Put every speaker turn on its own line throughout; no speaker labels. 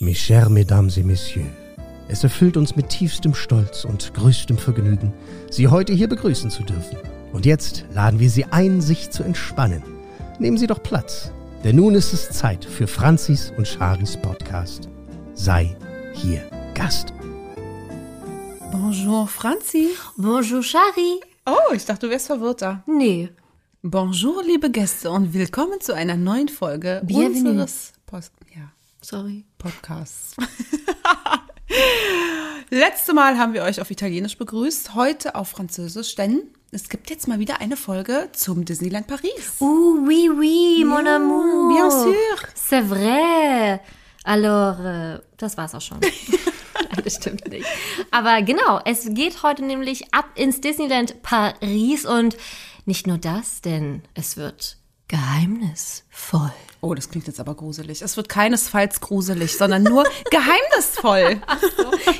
Mes chers Mesdames et Messieurs, es erfüllt uns mit tiefstem Stolz und größtem Vergnügen, Sie heute hier begrüßen zu dürfen. Und jetzt laden wir Sie ein, sich zu entspannen. Nehmen Sie doch Platz, denn nun ist es Zeit für Franzis und Charis Podcast. Sei hier Gast.
Bonjour Franzi.
Bonjour, Shari.
Oh, ich dachte, du wärst verwirrter.
Nee.
Bonjour, liebe Gäste, und willkommen zu einer neuen Folge
Bienvenue.
unseres Post ja,
Sorry.
Podcasts. Letzte Mal haben wir euch auf Italienisch begrüßt, heute auf Französisch, denn es gibt jetzt mal wieder eine Folge zum Disneyland Paris.
Oh oui, oui, mon amour.
bien sûr.
C'est vrai. Alors, äh, das war's auch schon. Nein, das stimmt nicht. Aber genau, es geht heute nämlich ab ins Disneyland Paris und nicht nur das, denn es wird geheimnisvoll.
Oh, das klingt jetzt aber gruselig. Es wird keinesfalls gruselig, sondern nur geheimnisvoll.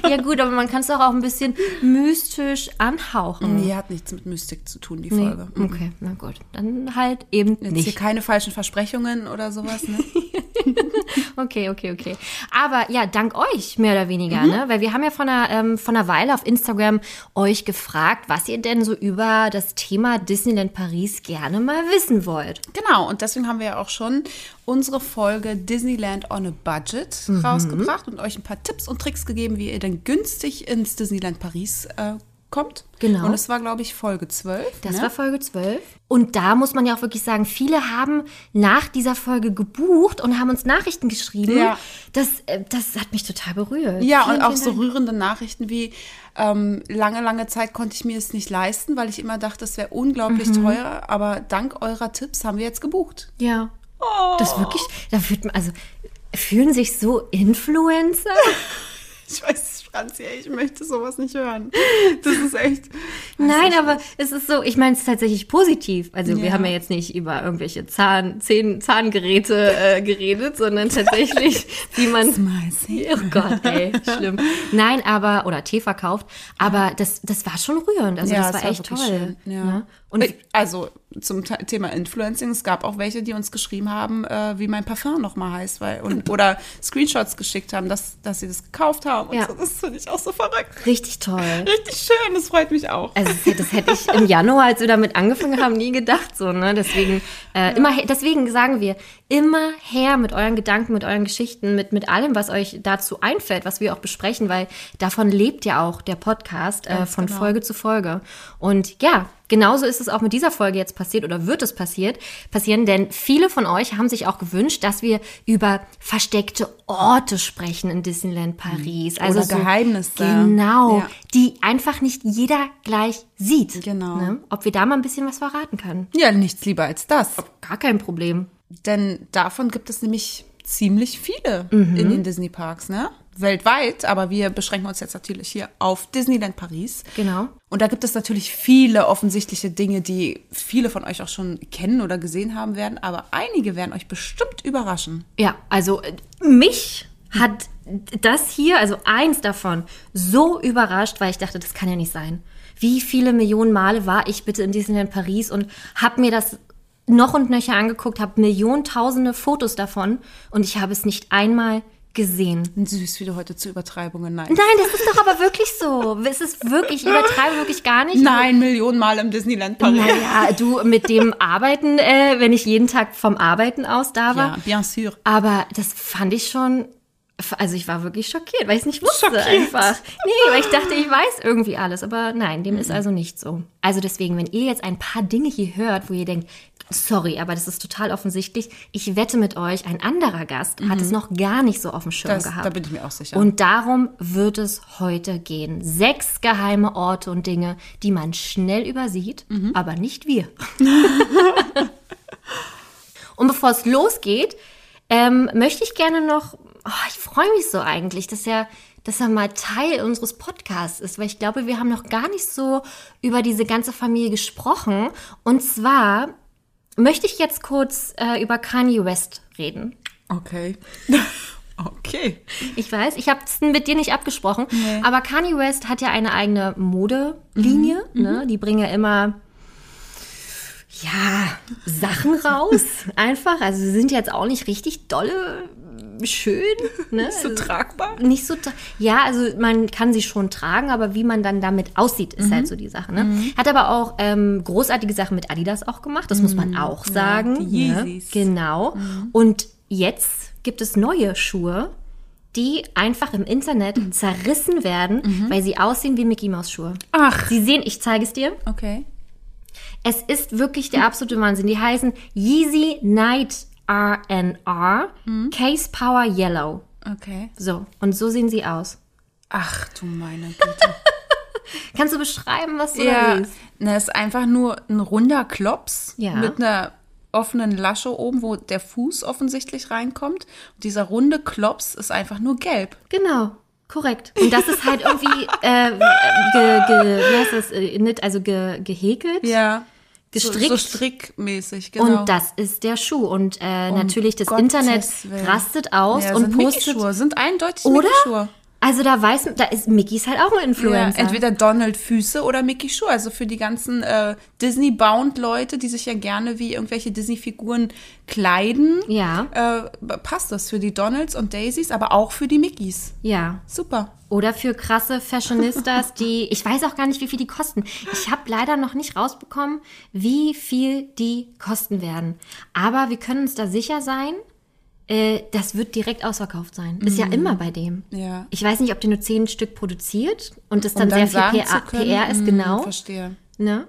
Ja gut, aber man kann es doch auch ein bisschen mystisch anhauchen.
Die hat nichts mit Mystik zu tun, die Folge.
Okay, na gut. Dann halt eben
Jetzt
nicht.
hier keine falschen Versprechungen oder sowas, ne?
Okay, okay, okay. Aber ja, dank euch mehr oder weniger,
Mhm.
ne? Weil wir haben ja von einer, ähm, von einer Weile auf Instagram euch gefragt, was ihr denn so über das Thema Disneyland Paris gerne mal wissen wollt.
Genau, und deswegen haben wir ja auch schon unsere Folge Disneyland on a Budget rausgebracht und euch ein paar Tipps und Tricks gegeben, wie ihr denn günstig ins Disneyland Paris äh, kommt.
Genau.
Und es war, glaube ich, Folge 12.
Das
ne?
war Folge 12. Und da muss man ja auch wirklich sagen, viele haben nach dieser Folge gebucht und haben uns Nachrichten geschrieben.
Ja.
Das, äh, das hat mich total berührt.
ja,
Vielen,
und auch
vielen
so
Dank.
rührende Nachrichten wie, ähm, lange, lange Zeit konnte ich mir es nicht leisten, weil ich immer dachte, es wäre unglaublich teuer, aber dank eurer Tipps haben wir jetzt gebucht.
Ja.
Oh.
Das ist wirklich, da fühlt man, also fühlen sich so Influencer?
Ich weiß, Franzi, ey, ich möchte sowas nicht hören. Das ist echt...
Nein, aber es ist so, ich meine es ist tatsächlich positiv. Also
Ja.
wir haben ja jetzt nicht über irgendwelche Zahn, Zähn, Zahngeräte äh, geredet, sondern tatsächlich, wie man... Oh Gott, ey, schlimm. Nein, aber, oder Tee verkauft, aber das, das war schon rührend. Also das
es
war echt toll.
wirklich schön, Ja.
ne?
Und
Und
also zum Te- Thema Influencing, es gab auch welche, die uns geschrieben haben, äh, wie mein Parfum nochmal heißt, weil und, oder Screenshots geschickt haben, dass, dass sie das gekauft haben. Und
Ja.
so, das finde ich auch so verrückt.
richtig toll.
Richtig schön, das freut mich auch.
Also das hätte, das hätte ich im Januar, als wir damit angefangen haben, nie gedacht so. Ne? Deswegen, äh, immer, her- deswegen sagen wir immer her mit euren Gedanken, mit euren Geschichten, mit mit allem, was euch dazu einfällt, was wir auch besprechen, weil davon lebt ja auch der Podcast äh, von
genau.
Folge zu Folge. Und ja. Genauso ist es auch mit dieser Folge jetzt passiert oder wird es passiert passieren, denn viele von euch haben sich auch gewünscht, dass wir über versteckte Orte sprechen in Disneyland Paris. Also
Mhm. Oder Geheimnisse.
Genau,
Ja.
die einfach nicht jeder gleich sieht.
Genau.
Ne? Ob wir da mal ein bisschen was verraten können.
Ja, nichts lieber als das.
Gar kein Problem.
Denn davon gibt es nämlich ziemlich viele
Mhm.
in den Disney Parks, ne? Weltweit, aber wir beschränken uns jetzt natürlich hier auf Disneyland Paris.
Genau.
Und da gibt es natürlich viele offensichtliche Dinge, die viele von euch auch schon kennen oder gesehen haben werden, aber einige werden euch bestimmt überraschen.
Ja, also äh, mich hat das hier, also eins davon, so überrascht, weil ich dachte, das kann ja nicht sein. Wie viele Millionen Male war ich bitte in Disneyland Paris und habe mir das noch und nöcher angeguckt, habe Millionen, Tausende Fotos davon und ich habe es nicht einmal gesehen.
Süß, wie du heute zu Übertreibungen nein.
Nein, das ist doch aber wirklich so. Es ist wirklich, ich übertreibe wirklich gar nicht.
Nein, Millionen Mal im Disneyland Paris.
Naja, du mit dem Arbeiten, äh, wenn ich jeden Tag vom Arbeiten aus da
Ja,
war.
bien sûr.
Aber das fand ich schon. Also ich war wirklich schockiert, weil ich es nicht wusste einfach. Nee, weil ich dachte, ich weiß irgendwie alles. Aber nein, dem
Mhm.
ist also nicht so. Also deswegen, wenn ihr jetzt ein paar Dinge hier hört, wo ihr denkt, sorry, aber das ist total offensichtlich, ich wette mit euch, ein anderer Gast hat es noch gar nicht so auf dem Schirm
Mhm. Das-
gehabt.
da bin ich mir auch sicher.
Und darum wird es heute gehen. Sechs geheime Orte und Dinge, die man schnell übersieht, aber nicht wir. Und bevor es losgeht, ähm, möchte ich gerne noch, oh, ich freue mich so eigentlich, dass er, dass er mal Teil unseres Podcasts ist, weil ich glaube, wir haben noch gar nicht so über diese ganze Familie gesprochen. Und zwar möchte ich jetzt kurz äh, über Kanye West reden.
Okay. okay.
Ich weiß, ich habe es mit dir nicht abgesprochen, aber Kanye West hat ja eine eigene Modelinie, ne? Die bringen ja immer ja, Sachen raus einfach, also sie sind jetzt auch nicht richtig dolle schön. Ne?
Ist so tragbar?
nicht so. tra- Ja, also man kann sie schon tragen, aber wie man dann damit aussieht, ist
Mhm.
halt so die Sache. Ne? Hat aber auch ähm, großartige Sachen mit Adidas auch gemacht, das muss man auch sagen.
Mhm. die
ne?
Yeezys. Mhm.
Genau. Und jetzt gibt es neue Schuhe, die einfach im Internet
Mhm.
zerrissen werden, weil sie aussehen wie Mickey Maus Schuhe.
Ach.
Sie sehen, ich zeige es dir.
Okay.
Es ist wirklich
Mhm.
der absolute Wahnsinn. Die heißen Yeezy Night RNR
Mhm.
Case Power Yellow.
Okay.
So, und so sehen sie aus.
Ach du meine Güte.
Kannst du beschreiben, was du da
ja,
siehst?
na, ist einfach nur ein runder Klops
Ja.
mit einer offenen Lasche oben, wo der Fuß offensichtlich reinkommt. Und dieser runde Klops ist einfach nur gelb.
Genau, korrekt. Und das ist halt irgendwie, äh, ge, ge, wie heißt das, äh, nicht, also ge, gehäkelt,
Ja.
gestrickt.
So, so strickmäßig, genau. Um
Und das ist der Schuh. Und äh, natürlich, das
Gottes
Internet
Willen.
rastet aus
ja,
und
sind
postet.
Mickey-Schuhe, sind eindeutig
Oder?
Mickey-Schuhe.
Also da weiß, da ist Mickey ist halt auch ein
Ja,
Influencer.
entweder Donald Füße oder Mickey Schuhe. Also für die ganzen äh, Disney-Bound-Leute, die sich ja gerne wie irgendwelche Disney-Figuren kleiden,
ja,
äh, passt das für die Donalds und Daisies, aber auch für die Mickeys.
ja.
Super.
Oder für krasse Fashionistas, die, ich weiß auch gar nicht, wie viel die kosten. Ich habe leider noch nicht rausbekommen, wie viel die kosten werden. Aber wir können uns da sicher sein, äh, das wird direkt ausverkauft sein. Ist ja immer bei dem.
Mhm. Ja.
Ich weiß nicht, ob der nur zehn Stück produziert und das dann,
Um dann
sehr
sagen
viel
zu
PR,
können, Mhm.
PR ist,
mm,
genau.
Verstehe.
Ne?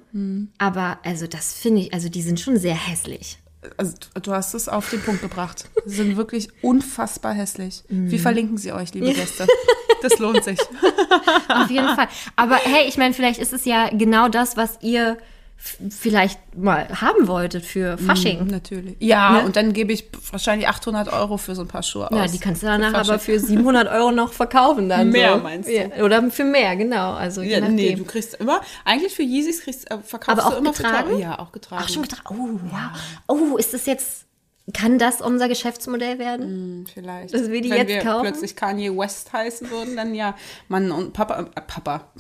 Aber also das finde ich, also die sind schon sehr hässlich.
Also du- du hast es auf den Punkt gebracht. Sie sind wirklich unfassbar hässlich.
Mhm.
Wir verlinken sie euch, liebe Gäste. Das lohnt sich.
Auf jeden Fall. Aber hey, ich meine, vielleicht ist es ja genau das, was ihr f- vielleicht mal haben wolltet für Fasching.
Natürlich. Ja,
Ne?
und dann gebe ich wahrscheinlich 800 Euro für so ein paar Schuhe aus.
Ja, die kannst du danach
Für Fasching.
aber für 700 Euro noch verkaufen dann.
Mehr,
so.
meinst du?
Ja, oder für mehr, genau. Also je
Ja,
nachdem.
nee, du kriegst immer, eigentlich für Yeezys kriegst, äh, verkaufst
Aber auch
du immer
getragen?
für teuer. Ja, auch getragen.
Ach, schon gedacht, oh, ja. Oh, ist das jetzt, kann das unser Geschäftsmodell werden?
Hm, Vielleicht.
Dass wir die
Wenn
jetzt
wir
kaufen?
plötzlich Kanye West heißen würden, dann ja. Mann und Papa, äh, Papa.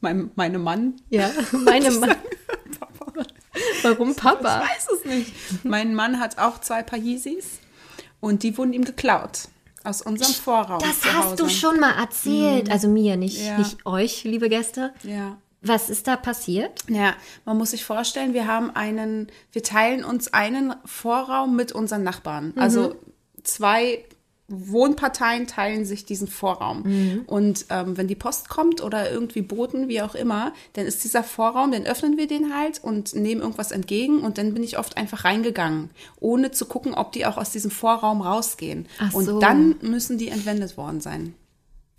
mein, meine Mann.
Ja, meine Ma
Papa.
Warum Papa?
Ich weiß es nicht. Mein Mann hat auch zwei paar Yeezys und die wurden ihm geklaut. Aus unserem Vorraum.
Das
zu
hast
Hause.
du
Mm.
schon mal erzählt. Also mir, nicht,
Ja.
nicht euch, liebe Gäste.
Ja.
Was ist da passiert?
Ja, man muss sich vorstellen, wir haben einen, wir teilen uns einen Vorraum mit unseren Nachbarn.
Mhm.
Also zwei Wohnparteien teilen sich diesen Vorraum.
Mhm.
Und ähm, wenn die Post kommt oder irgendwie Boten, wie auch immer, dann ist dieser Vorraum, dann öffnen wir den halt und nehmen irgendwas entgegen und dann bin ich oft einfach reingegangen, ohne zu gucken, ob die auch aus diesem Vorraum rausgehen.
Ach
und
so.
dann müssen die entwendet worden sein.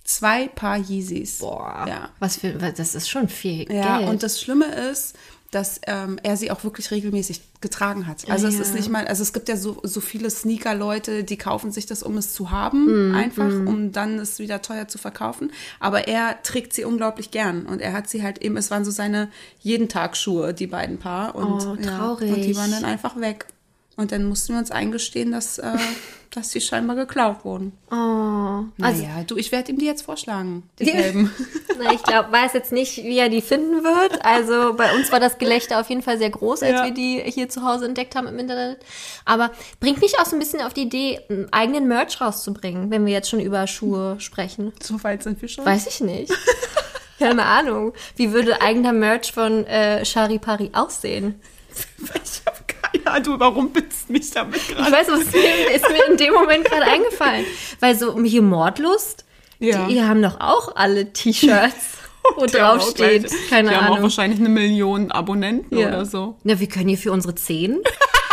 Zwei Paar Yeezys.
Boah,
Ja.
was für, was- das ist schon viel
Ja,
Geld.
und das Schlimme ist, dass ähm, er sie auch wirklich regelmäßig getragen hat. Also es
Ja.
ist nicht mal, also es gibt ja so, so viele Sneaker-Leute, die kaufen sich das, um es zu haben,
Mhm,
einfach, um dann es wieder teuer zu verkaufen. Aber er trägt sie unglaublich gern und er hat sie halt eben, es waren so seine jeden Tag Schuhe, die beiden Paar. Und,
Oh,
Ja, und die
traurig.
waren dann einfach weg. Und dann mussten wir uns eingestehen, dass, äh, dass sie scheinbar geklaut wurden.
oh, also
Also, naja, du, ich werde ihm die jetzt vorschlagen. Die gelben.
Na, ich glaube, weiß jetzt nicht, wie er die finden wird. Also bei uns war das Gelächter auf jeden Fall sehr groß, als
Ja.
wir die hier zu Hause entdeckt haben im Internet. Aber bringt mich auch so ein bisschen auf die Idee, einen eigenen Merch rauszubringen, wenn wir jetzt schon über Schuhe sprechen.
so weit sind wir schon.
Weiß ich nicht. Keine Ahnung. Wie würde eigener Merch von äh, Charipari aussehen?
Ich habe keine Ahnung, warum bitzt mich damit
Ich
gerade.
weiß, was ist mir, ist mir in dem Moment gerade eingefallen. Weil so um hier Mordlust,
Ja.
die, die haben doch auch alle T-Shirts, wo
Die haben auch
draufsteht.
gleich-
Keine
die
Ahnung.
haben auch wahrscheinlich eine Million Abonnenten
Ja.
oder so.
Na, wir können hier für unsere Zehen.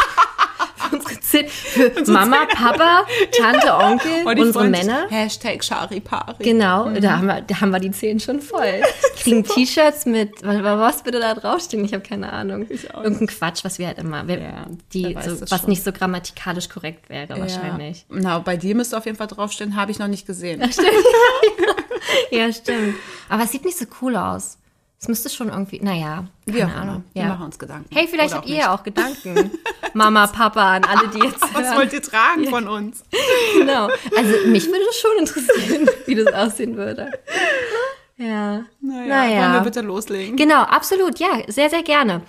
für unsere Zehen. Für Mama, Papa, Tante, Onkel,
Und ich
unsere
Oh, freund- Mhm.
Männer.
Hashtag Charipari.
Genau, da, haben wir, da haben wir die Zehen schon voll. Kriegen T-Shirts mit, was, was würde da draufstehen? Ich habe keine Ahnung.
auch
Irgendein Quatsch, was wir halt immer, wir,
Ja,
die,
wer weiß
so,
das
was
schon.
nicht so grammatikalisch korrekt wäre wahrscheinlich.
Ja. Na, bei dir müsste auf jeden Fall draufstehen, habe ich noch nicht gesehen.
Ja, stimmt. Aber es sieht nicht so cool aus. Es müsste schon irgendwie, naja, keine
Wie auch immer.
Ahnung.
Wir
Ja.
machen uns Gedanken.
Hey, vielleicht
Oder
habt ihr ja auch Gedanken. Mama, Papa, an alle, die jetzt hören.
Was wollt ihr tragen von uns?
Genau. Also mich würde das schon interessieren, wie das aussehen würde. Ja.
Naja, wollen wir bitte loslegen?
Genau, absolut. Ja, sehr, sehr gerne.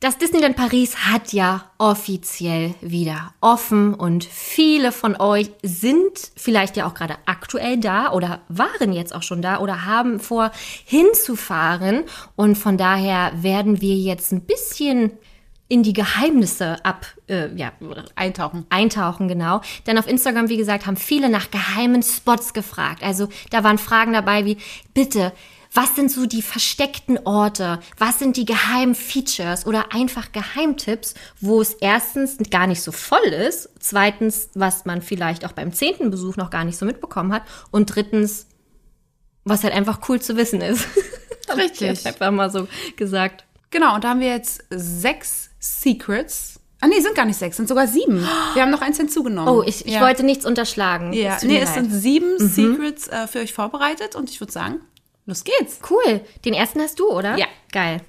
Das Disneyland Paris hat ja offiziell wieder offen und viele von euch sind vielleicht ja auch gerade aktuell da oder waren jetzt auch schon da oder haben vor hinzufahren und von daher werden wir jetzt ein bisschen in die Geheimnisse ab, äh, ja,
Eintauchen.
Eintauchen, genau. Denn auf Instagram, wie gesagt, haben viele nach geheimen Spots gefragt. Also da waren Fragen dabei wie, bitte, was sind so die versteckten Orte? Was sind die geheimen Features oder einfach Geheimtipps, wo es erstens gar nicht so voll ist, zweitens, was man vielleicht auch beim zehnten Besuch noch gar nicht so mitbekommen hat und drittens, was halt einfach cool zu wissen ist. Hab ich
Richtig.
jetzt Einfach mal so gesagt.
Genau, und da haben wir jetzt sechs Secrets. Ah, nee, sind gar nicht sechs, sind sogar sieben. Wir haben noch eins hinzugenommen.
Oh, ich, ich
Ja.
wollte nichts unterschlagen.
Ja,
Es tut
nee,
mir
es
leid.
sind sieben Secrets äh, für euch vorbereitet und ich würde sagen, los geht's.
Cool. Den ersten hast du, oder?
Ja.
Geil.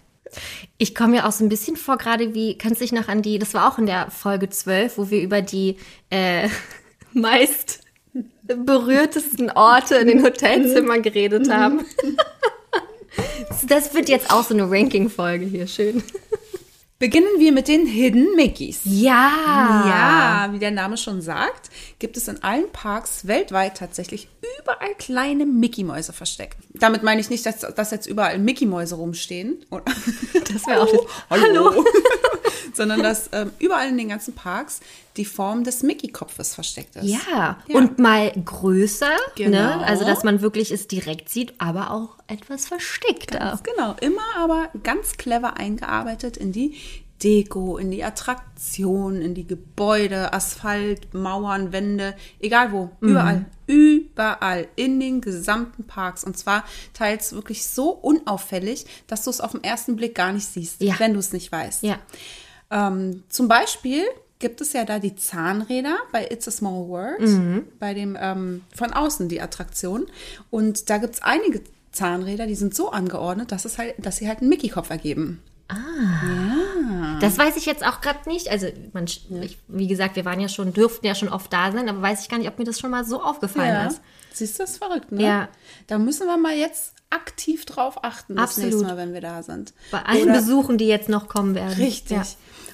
Ich komme mir auch so ein bisschen vor, gerade wie, kannst du dich noch an die, das war auch in der Folge 12, wo wir über die äh, meist berührtesten Orte in den Hotelzimmern
Mhm.
geredet haben. Das wird jetzt auch so eine Ranking-Folge hier, schön.
Beginnen wir mit den Hidden Mickeys.
Ja.
Ja, wie der Name schon sagt, gibt es in allen Parks weltweit tatsächlich überall kleine Mickey-Mäuse versteckt. Damit meine ich nicht, dass, dass jetzt überall Mickey-Mäuse rumstehen. Und-
Das wäre auch
Hallo. Sondern dass ähm, überall in den ganzen Parks die Form des Mickey-Kopfes versteckt ist.
Ja.
Ja.
und mal größer,
Genau.
ne? also dass man wirklich es direkt sieht, aber auch etwas versteckter.
Ganz genau. Immer aber ganz clever eingearbeitet in die Deko, in die Attraktion, in die Gebäude, Asphalt, Mauern, Wände, egal wo.
Mhm.
Überall. Überall. In den gesamten Parks. Und zwar teils wirklich so unauffällig, dass du es auf den ersten Blick gar nicht siehst,
Ja.
wenn du es nicht weißt.
Ja.
Ähm, zum Beispiel gibt es ja da die Zahnräder bei It's a Small World,
Mhm.
bei dem ähm, von außen die Attraktion. Und da gibt es einige Zahnräder, die sind so angeordnet, dass, es halt, dass sie halt einen Mickey-Kopf ergeben. Mhm.
Das weiß ich jetzt auch gerade nicht. Also, man, sch- ich, wie gesagt, wir waren ja schon, dürften ja schon oft da sein, aber weiß ich gar nicht, ob mir das schon mal so aufgefallen ist.
Siehst du, das ist verrückt, ne?
Ja.
Da müssen wir mal jetzt aktiv drauf achten, das
Absolut.
nächste Mal, wenn wir da sind.
Bei allen
Oder-
Besuchen, die jetzt noch kommen werden.
Richtig.
Ja.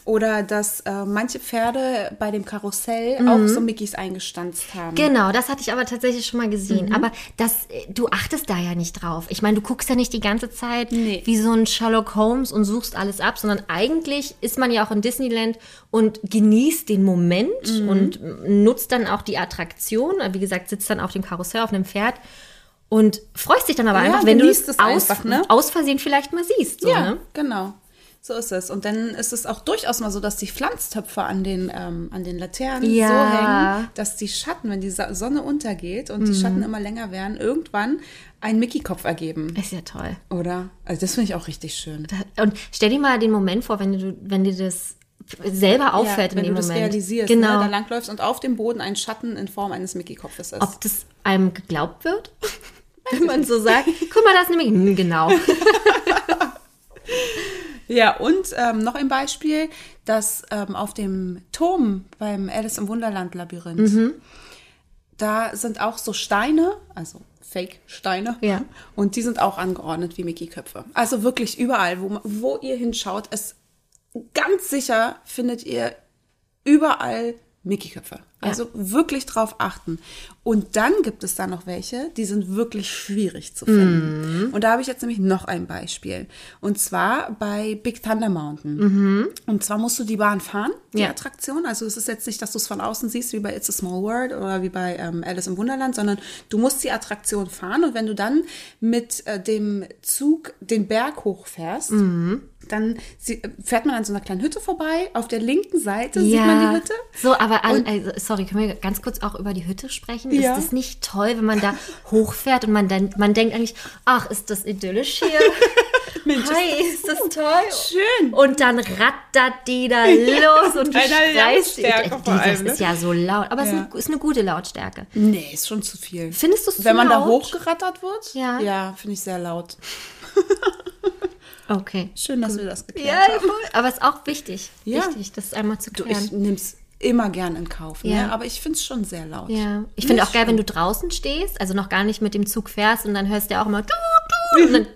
Oder dass äh, manche Pferde bei dem Karussell
Mhm.
auch so Mickeys eingestanzt haben.
Genau, das hatte ich aber tatsächlich schon mal gesehen.
Mhm.
Aber das, äh, du achtest da ja nicht drauf. Ich meine, du guckst ja nicht die ganze Zeit
Nee.
wie so ein Sherlock Holmes und suchst alles ab, sondern eigentlich ist man ja auch in Disneyland und genießt den Moment
Mhm.
und nutzt dann auch die Attraktion. Wie gesagt, sitzt dann auf dem Karussell, auf einem Pferd und freust dich dann aber
Ja,
einfach, wenn du
genießt
es
es
aus,
einfach, ne?
aus Versehen vielleicht mal siehst. So,
ja,
ne?
genau. So ist es. Und dann ist es auch durchaus mal so, dass die Pflanztöpfe an den, ähm, an den Laternen
Ja.
so hängen, dass die Schatten, wenn die Sa- Sonne untergeht und
Mhm.
die Schatten immer länger werden, irgendwann einen Mickey-Kopf ergeben.
Ist ja toll.
Oder? Also das finde ich auch richtig schön.
Und stell dir mal den Moment vor, wenn du, wenn dir das selber auffällt
wenn
in dem
du das
Moment.
realisierst,
genau.
ne, da langläufst und auf dem Boden ein Schatten in Form eines Mickey-Kopfes ist.
ob das einem geglaubt wird, wenn man so sagt, guck mal, das nämlich Hm, genau.
Ja, und ähm, noch ein Beispiel, dass ähm, auf dem Turm beim Alice im Wunderland Labyrinth, da sind auch so Steine, also Fake-Steine,
Ja.
und die sind auch angeordnet wie Mickey-Köpfe. Also wirklich überall, wo, ma- wo ihr hinschaut, es ganz sicher findet ihr überall Mickey-Köpfe. Also wirklich drauf achten. Und dann gibt es da noch welche, die sind wirklich schwierig zu finden. Und da habe ich jetzt nämlich noch ein Beispiel. Und zwar bei Big Thunder Mountain. Und zwar musst du die Bahn fahren, die
Ja.
Attraktion. Also es ist jetzt nicht, dass du es von außen siehst, wie bei It's a Small World oder wie bei ähm, Alice im Wunderland, sondern du musst die Attraktion fahren. Und wenn du dann mit äh, dem Zug den Berg hochfährst, dann sie, äh, fährt man an so einer kleinen Hütte vorbei. Auf der linken Seite sieht man die Hütte.
So, aber an, also, sorry, können wir ganz kurz auch über die Hütte sprechen?
Ja.
Ist das nicht toll, wenn man da hochfährt und man dann, man denkt eigentlich, ach, ist das idyllisch hier?
Mensch,
Hi, ist das toll?
Schön.
Und dann rattert die da los und du
einer
schreist.
Lautstärke
die-
vor allem,
das
ne?
ist ja so laut, aber es ist,
Ja.
eine, ist eine gute Lautstärke.
Nee, ist schon zu viel.
Findest du es zu
Wenn man da
laut?
hochgerattert wird?
Ja.
Ja, finde ich sehr laut.
Okay.
Schön, dass wir das geklärt
Ja, voll. aber es ist auch wichtig,
Ja.
wichtig, das einmal zu
Du,
klären.
ich nimm's immer gern in Kauf,
Ja.
ne? aber ich finde es schon sehr laut.
Ja, ich finde
Nicht
auch geil, wenn
schlimm.
du draußen stehst, also noch gar nicht mit dem Zug fährst und dann hörst du ja auch immer du, du, und dann,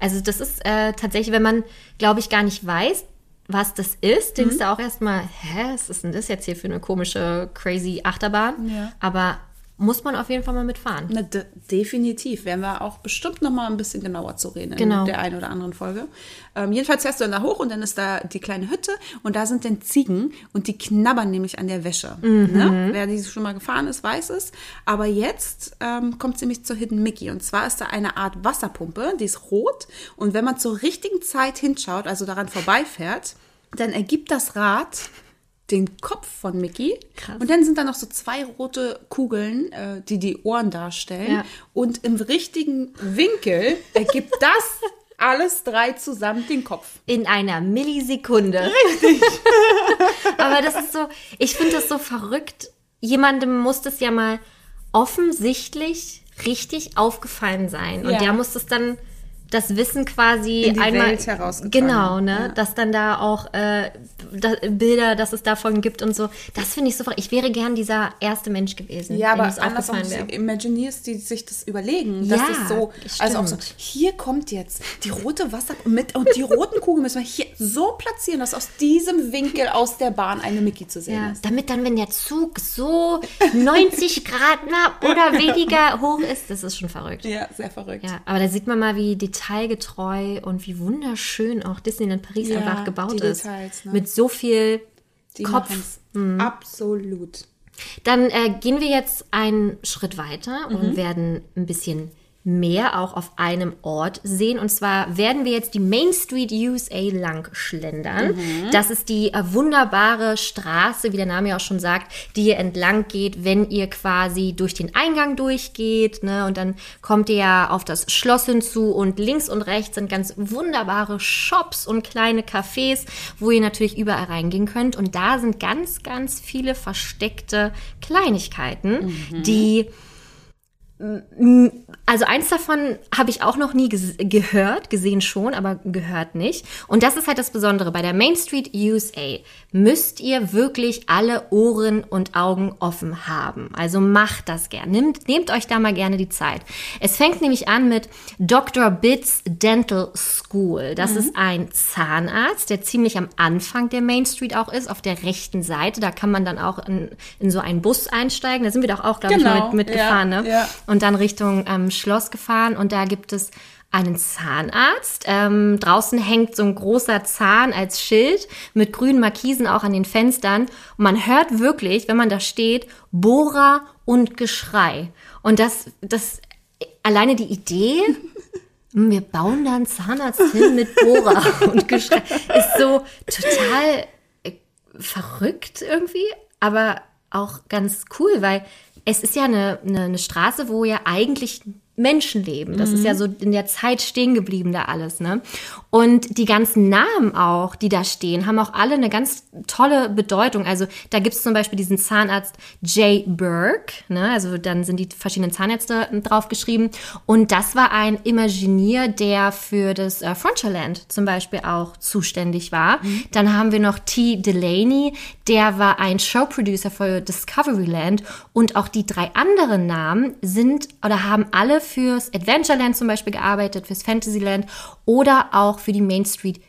Also das ist äh, tatsächlich, wenn man, glaube ich, gar nicht weiß, was das ist,
Mhm.
denkst du auch erstmal, hä, was ist denn das jetzt hier für eine komische, crazy Achterbahn?
Ja.
Aber muss man auf jeden Fall mal mitfahren.
Na, ne, de definitiv. Werden wir auch bestimmt noch mal ein bisschen genauer zu reden
Genau.
in der einen oder anderen Folge. Ähm, jedenfalls fährst du dann da hoch und dann ist da die kleine Hütte und da sind dann Ziegen und die knabbern nämlich an der Wäsche. Ne?
Mhm.
Wer die schon mal gefahren ist, weiß es. Aber jetzt ähm, kommt sie nämlich zur Hidden Mickey und zwar ist da eine Art Wasserpumpe, die ist rot und wenn man zur richtigen Zeit hinschaut, also daran vorbeifährt, dann ergibt das Rad den Kopf von Mickey.
Krass.
Und dann sind da noch so zwei rote Kugeln, äh, die die Ohren darstellen.
Ja.
Und im richtigen Winkel ergibt das alles drei zusammen den Kopf.
In einer Millisekunde. Richtig. Aber das ist so, ich finde das so verrückt. Jemandem muss das ja mal offensichtlich richtig aufgefallen sein. Und
Ja.
der muss das dann, das Wissen quasi
die
einmal.
Welt herausgetragen.
Genau, ne? Dass dann da auch äh, da, Bilder, dass es davon gibt und so. Das finde ich so verrückt. Ich wäre gern dieser erste Mensch gewesen,
Ja,
dem
aber
das
andersrum,
aufgefallen wäre.
Imagineers, die sich das überlegen. Das
Ja,
ist so, also auch so,
stimmt.
hier kommt jetzt die rote Wasser mit und die roten Kugeln müssen wir hier so platzieren, dass aus diesem Winkel aus der Bahn eine Mickey zu sehen
Ja,
ist.
damit dann, wenn der Zug so 90 Grad na, oder weniger hoch ist, das ist schon verrückt.
Ja, sehr verrückt.
Ja, aber da sieht man mal, wie detailgetreu und wie wunderschön auch Disneyland Paris
Ja,
einfach gebaut
die
ist.
Details, ne?
Mit so viel
Die
Kopf.
machen's Absolut.
Dann äh, gehen wir jetzt einen Schritt weiter
Mhm.
und werden ein bisschen mehr auch auf einem Ort sehen. Und zwar werden wir jetzt die Main Street USA lang schlendern.
Mhm.
Das ist die äh, wunderbare Straße, wie der Name ja auch schon sagt, die ihr entlang geht, wenn ihr quasi durch den Eingang durchgeht. Ne? Und dann kommt ihr ja auf das Schloss hinzu und links und rechts sind ganz wunderbare Shops und kleine Cafés, wo ihr natürlich überall reingehen könnt. Und da sind ganz, ganz viele versteckte Kleinigkeiten, die. m- Also eins davon habe ich auch noch nie ges gehört, gesehen schon, aber gehört nicht. Und das ist halt das Besondere. Bei der Main Street USA müsst ihr wirklich alle Ohren und Augen offen haben. Also macht das gern. Nehmt, nehmt euch da mal gerne die Zeit. Es fängt nämlich an mit Dr. Bitts Dental School.
Mhm.
Das ist ein Zahnarzt, der ziemlich am Anfang der Main Street auch ist, auf der rechten Seite. Da kann man dann auch in, in so einen Bus einsteigen. Da sind wir doch auch, glaube ich,
Genau,
mal mit, mitgefahren.
ja,
ne?
ja.
Und dann Richtung ähm, Schloss gefahren und da gibt es einen Zahnarzt. Ähm, draußen hängt so ein großer Zahn als Schild mit grünen Markisen auch an den Fenstern. Und man hört wirklich, wenn man da steht, Bohrer und Geschrei. Und das, das alleine die Idee, wir bauen da einen Zahnarzt hin mit Bohrer und Geschrei, ist so total äh, verrückt irgendwie, aber auch ganz cool, weil es ist ja eine, eine, eine Straße, wo ja eigentlich Menschen leben. Das ist ja so in der Zeit stehen geblieben, da alles, ne? Und die ganzen Namen auch, die da stehen, haben auch alle eine ganz tolle Bedeutung. Also da gibt es zum Beispiel diesen Zahnarzt Jay Burke, ne? Also dann sind die verschiedenen Zahnärzte draufgeschrieben. Und das war ein Imagineer, der für das äh, Frontierland zum Beispiel auch zuständig war. Dann haben wir noch T. Delaney, der war ein Showproducer für Discoveryland und auch die drei anderen Namen sind oder haben alle fürs Adventureland zum Beispiel gearbeitet, fürs Fantasyland oder auch für die Main Street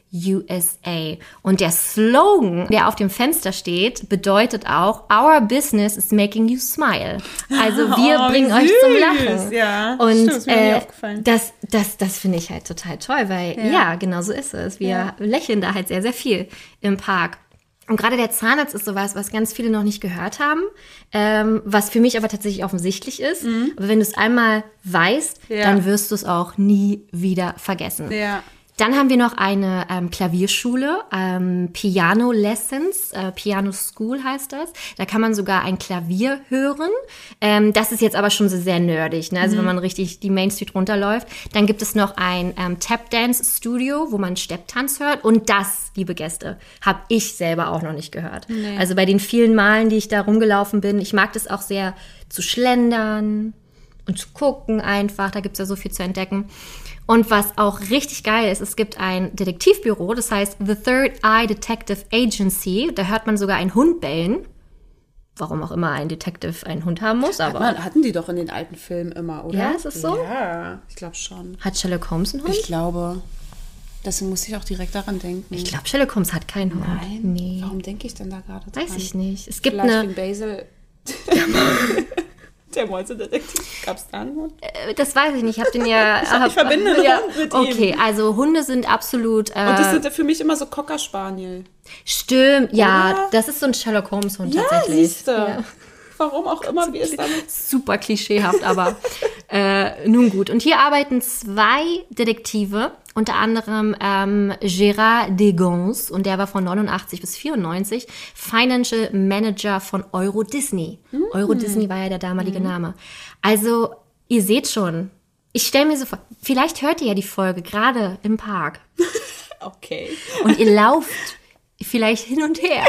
USA. Und der Slogan, der auf dem Fenster steht, bedeutet auch Our business is making you smile. Also wir
Oh, wie
bringen euch zum
süß.
Lachen.
Ja,
und
stimmt, ist mir noch nie
äh,
aufgefallen.
das, das, das finde ich halt total toll, weil ja, genau so ist es. Wir lächeln da halt sehr, sehr viel im Park. Und gerade der Zahnarzt ist sowas, was ganz viele noch nicht gehört haben, ähm, was für mich aber tatsächlich offensichtlich ist. Aber wenn du es einmal weißt,
Mhm. Ja.
dann wirst du es auch nie wieder vergessen.
Ja.
Dann haben wir noch eine ähm, Klavierschule, ähm, Piano Lessons, äh, Piano School heißt das. Da kann man sogar ein Klavier hören. Ähm, das ist jetzt aber schon so sehr nerdig, ne? also wenn man richtig die Main Street runterläuft. Dann gibt es noch ein ähm, Tap Dance Studio, wo man Stepptanz hört. Und das, liebe Gäste, habe ich selber auch noch nicht gehört. Also bei den vielen Malen, die ich da rumgelaufen bin, ich mag das auch sehr zu schlendern, und zu gucken einfach. Da gibt's ja so viel zu entdecken. Und was auch richtig geil ist, es gibt ein Detektivbüro, das heißt The Third Eye Detective Agency. Da hört man sogar einen Hund bellen. warum auch immer ein Detective einen Hund haben muss, aber
Man, hatten die doch in den alten Filmen immer, oder?
Ja, ist es so?
Ja, ich glaube schon.
hat Sherlock Holmes einen Hund?
Ich glaube. Deswegen muss ich auch direkt daran denken.
Ich glaube, Sherlock Holmes hat keinen Hund.
Nein.
Nee.
Warum denke ich denn da gerade dran?
Weiß ich nicht. Es gibt
Vielleicht
eine,
wegen Basil. Der Mäusedetektiv. Gab es da einen Hund?
Äh, Das weiß ich nicht. Ich habe den ja. Ich, hab,
verbinde einen Hund mit ihm.
Okay, also Hunde sind absolut. Äh,
Und das sind ja für mich immer so Cocker Spaniel.
stimmt, ja, das ist so ein Sherlock Holmes Hund tatsächlich.
siehste. Warum auch immer wir es damit.
Super klischeehaft, aber äh, nun gut. Und hier arbeiten zwei Detektive, unter anderem ähm, Gérard Degons und der war von 89 bis 94 Financial Manager von Euro Disney. Euro Disney war ja der damalige Name. Also ihr seht schon. Ich stelle mir so vor, vielleicht hört ihr ja die Folge gerade im Park.
Okay.
Und ihr lauft vielleicht hin und her,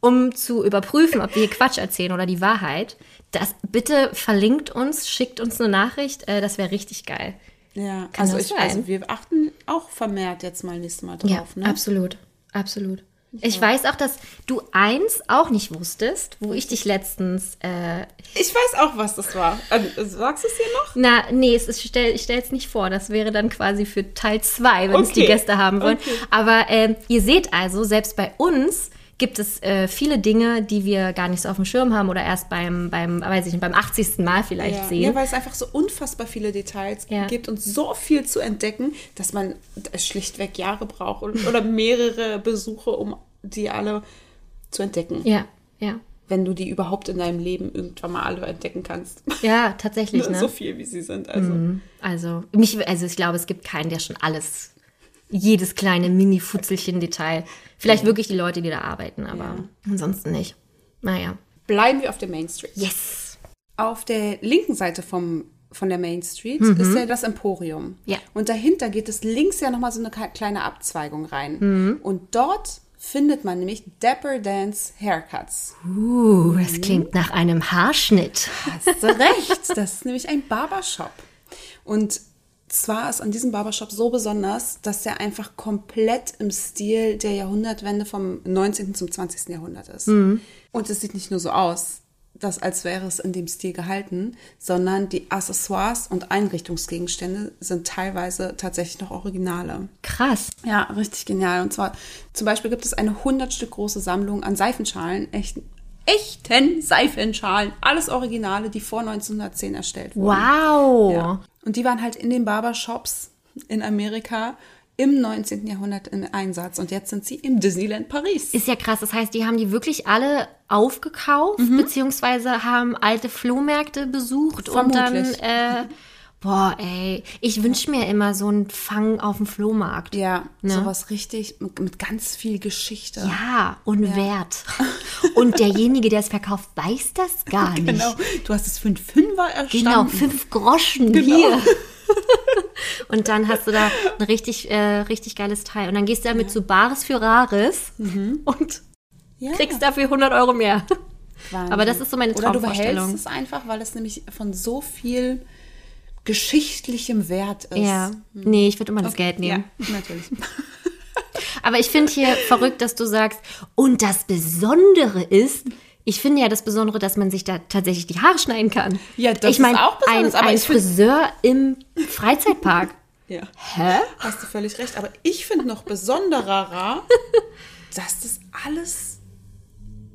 um zu überprüfen, ob wir hier Quatsch erzählen oder die Wahrheit. Das bitte verlinkt uns, schickt uns eine Nachricht. Äh, das wäre richtig geil.
Ja,
Kann
also,
das
ich,
sein?
also wir achten auch vermehrt jetzt mal nächstes Mal drauf. ne?
absolut. Absolut. Ich weiß auch, dass du eins auch nicht wusstest, wo ich dich letztens. Äh,
Ich weiß auch, was das war. Ähm, Sagst du es dir noch?
na, nee, es ist, stell, ich stell's nicht vor. Das wäre dann quasi für Teil 2, wenn es die
Okay.
Gäste haben wollen.
Okay.
Aber ähm, ihr seht also, selbst bei uns gibt es äh, viele Dinge, die wir gar nicht so auf dem Schirm haben oder erst beim, beim weiß ich nicht, beim 80. Mal vielleicht
Ja. ja,
sehen.
weil es einfach so unfassbar viele Details
Ja.
gibt und so viel zu entdecken, dass man d- schlichtweg Jahre braucht und, oder mehrere Besuche, um die alle zu entdecken.
Ja, ja.
Wenn du die überhaupt in deinem Leben irgendwann mal alle entdecken kannst.
Ja, tatsächlich, ne?
so viel, wie sie sind. Also.
Also, mich, also ich glaube, es gibt keinen, der schon alles, jedes kleine Mini-Futzelchen-Detail. Vielleicht wirklich die Leute, die da arbeiten, aber ansonsten nicht. Naja.
Bleiben wir auf der Main Street.
Yes.
Auf der linken Seite vom, von der Main Street ist ja das Emporium.
Mhm. Ja.
Und dahinter geht es links ja nochmal so eine ke- kleine Abzweigung rein.
Mhm.
Und dort findet man nämlich Dapper Dance Haircuts.
Uh, das klingt nach einem Haarschnitt.
Hast du recht. Das ist nämlich ein Barbershop. Und zwar ist an diesem Barbershop so besonders, dass er einfach komplett im Stil der Jahrhundertwende vom 19. zum 20. Jahrhundert ist. Und es sieht nicht nur so aus, dass als wäre es in dem Stil gehalten, sondern die Accessoires und Einrichtungsgegenstände sind teilweise tatsächlich noch Originale.
Krass.
Ja, richtig genial. Und zwar zum Beispiel gibt es eine 100 Stück große Sammlung an Seifenschalen, echten, echten Seifenschalen, alles Originale, die vor 1910 erstellt wurden.
Wow.
Ja. Und die waren halt in den Barbershops in Amerika im 19. Jahrhundert im Einsatz und jetzt sind sie im Disneyland Paris.
Ist ja krass. Das heißt, die haben die wirklich alle aufgekauft,
Mhm.
beziehungsweise haben alte Flohmärkte besucht und
Vermutlich.
dann. Äh, boah, ey. Ich wünsche mir immer so einen Fang auf dem Flohmarkt.
ja,
Ne?
sowas richtig mit, mit ganz viel Geschichte.
Ja, und wert. Und derjenige, der es verkauft, weiß das gar nicht.
Genau, du hast es für einen Fünfer erstanden.
Genau, fünf Groschen
Genau.
hier. Und dann hast du da ein richtig, äh, richtig geiles Teil. Und dann gehst du damit zu Bares für Rares
Mhm.
und
Ja.
kriegst dafür 100 Euro mehr. Aber das ist so meine
Oder du
Traumvorstellung.
behältst es einfach, weil es nämlich von so viel geschichtlichem Wert ist.
Ja, nee, ich würde immer das Geld nehmen.
Hm. Ja, natürlich.
Aber ich finde hier verrückt, dass du sagst, und das Besondere ist, ich finde ja das Besondere, dass man sich da tatsächlich die Haare schneiden kann.
Ja, das
ich mein,
ist auch besonders,
ein,
aber
ein
ich find-
Friseur im Freizeitpark.
Ja,
Hä?
hast du völlig recht. Aber ich finde noch besonderer, dass das alles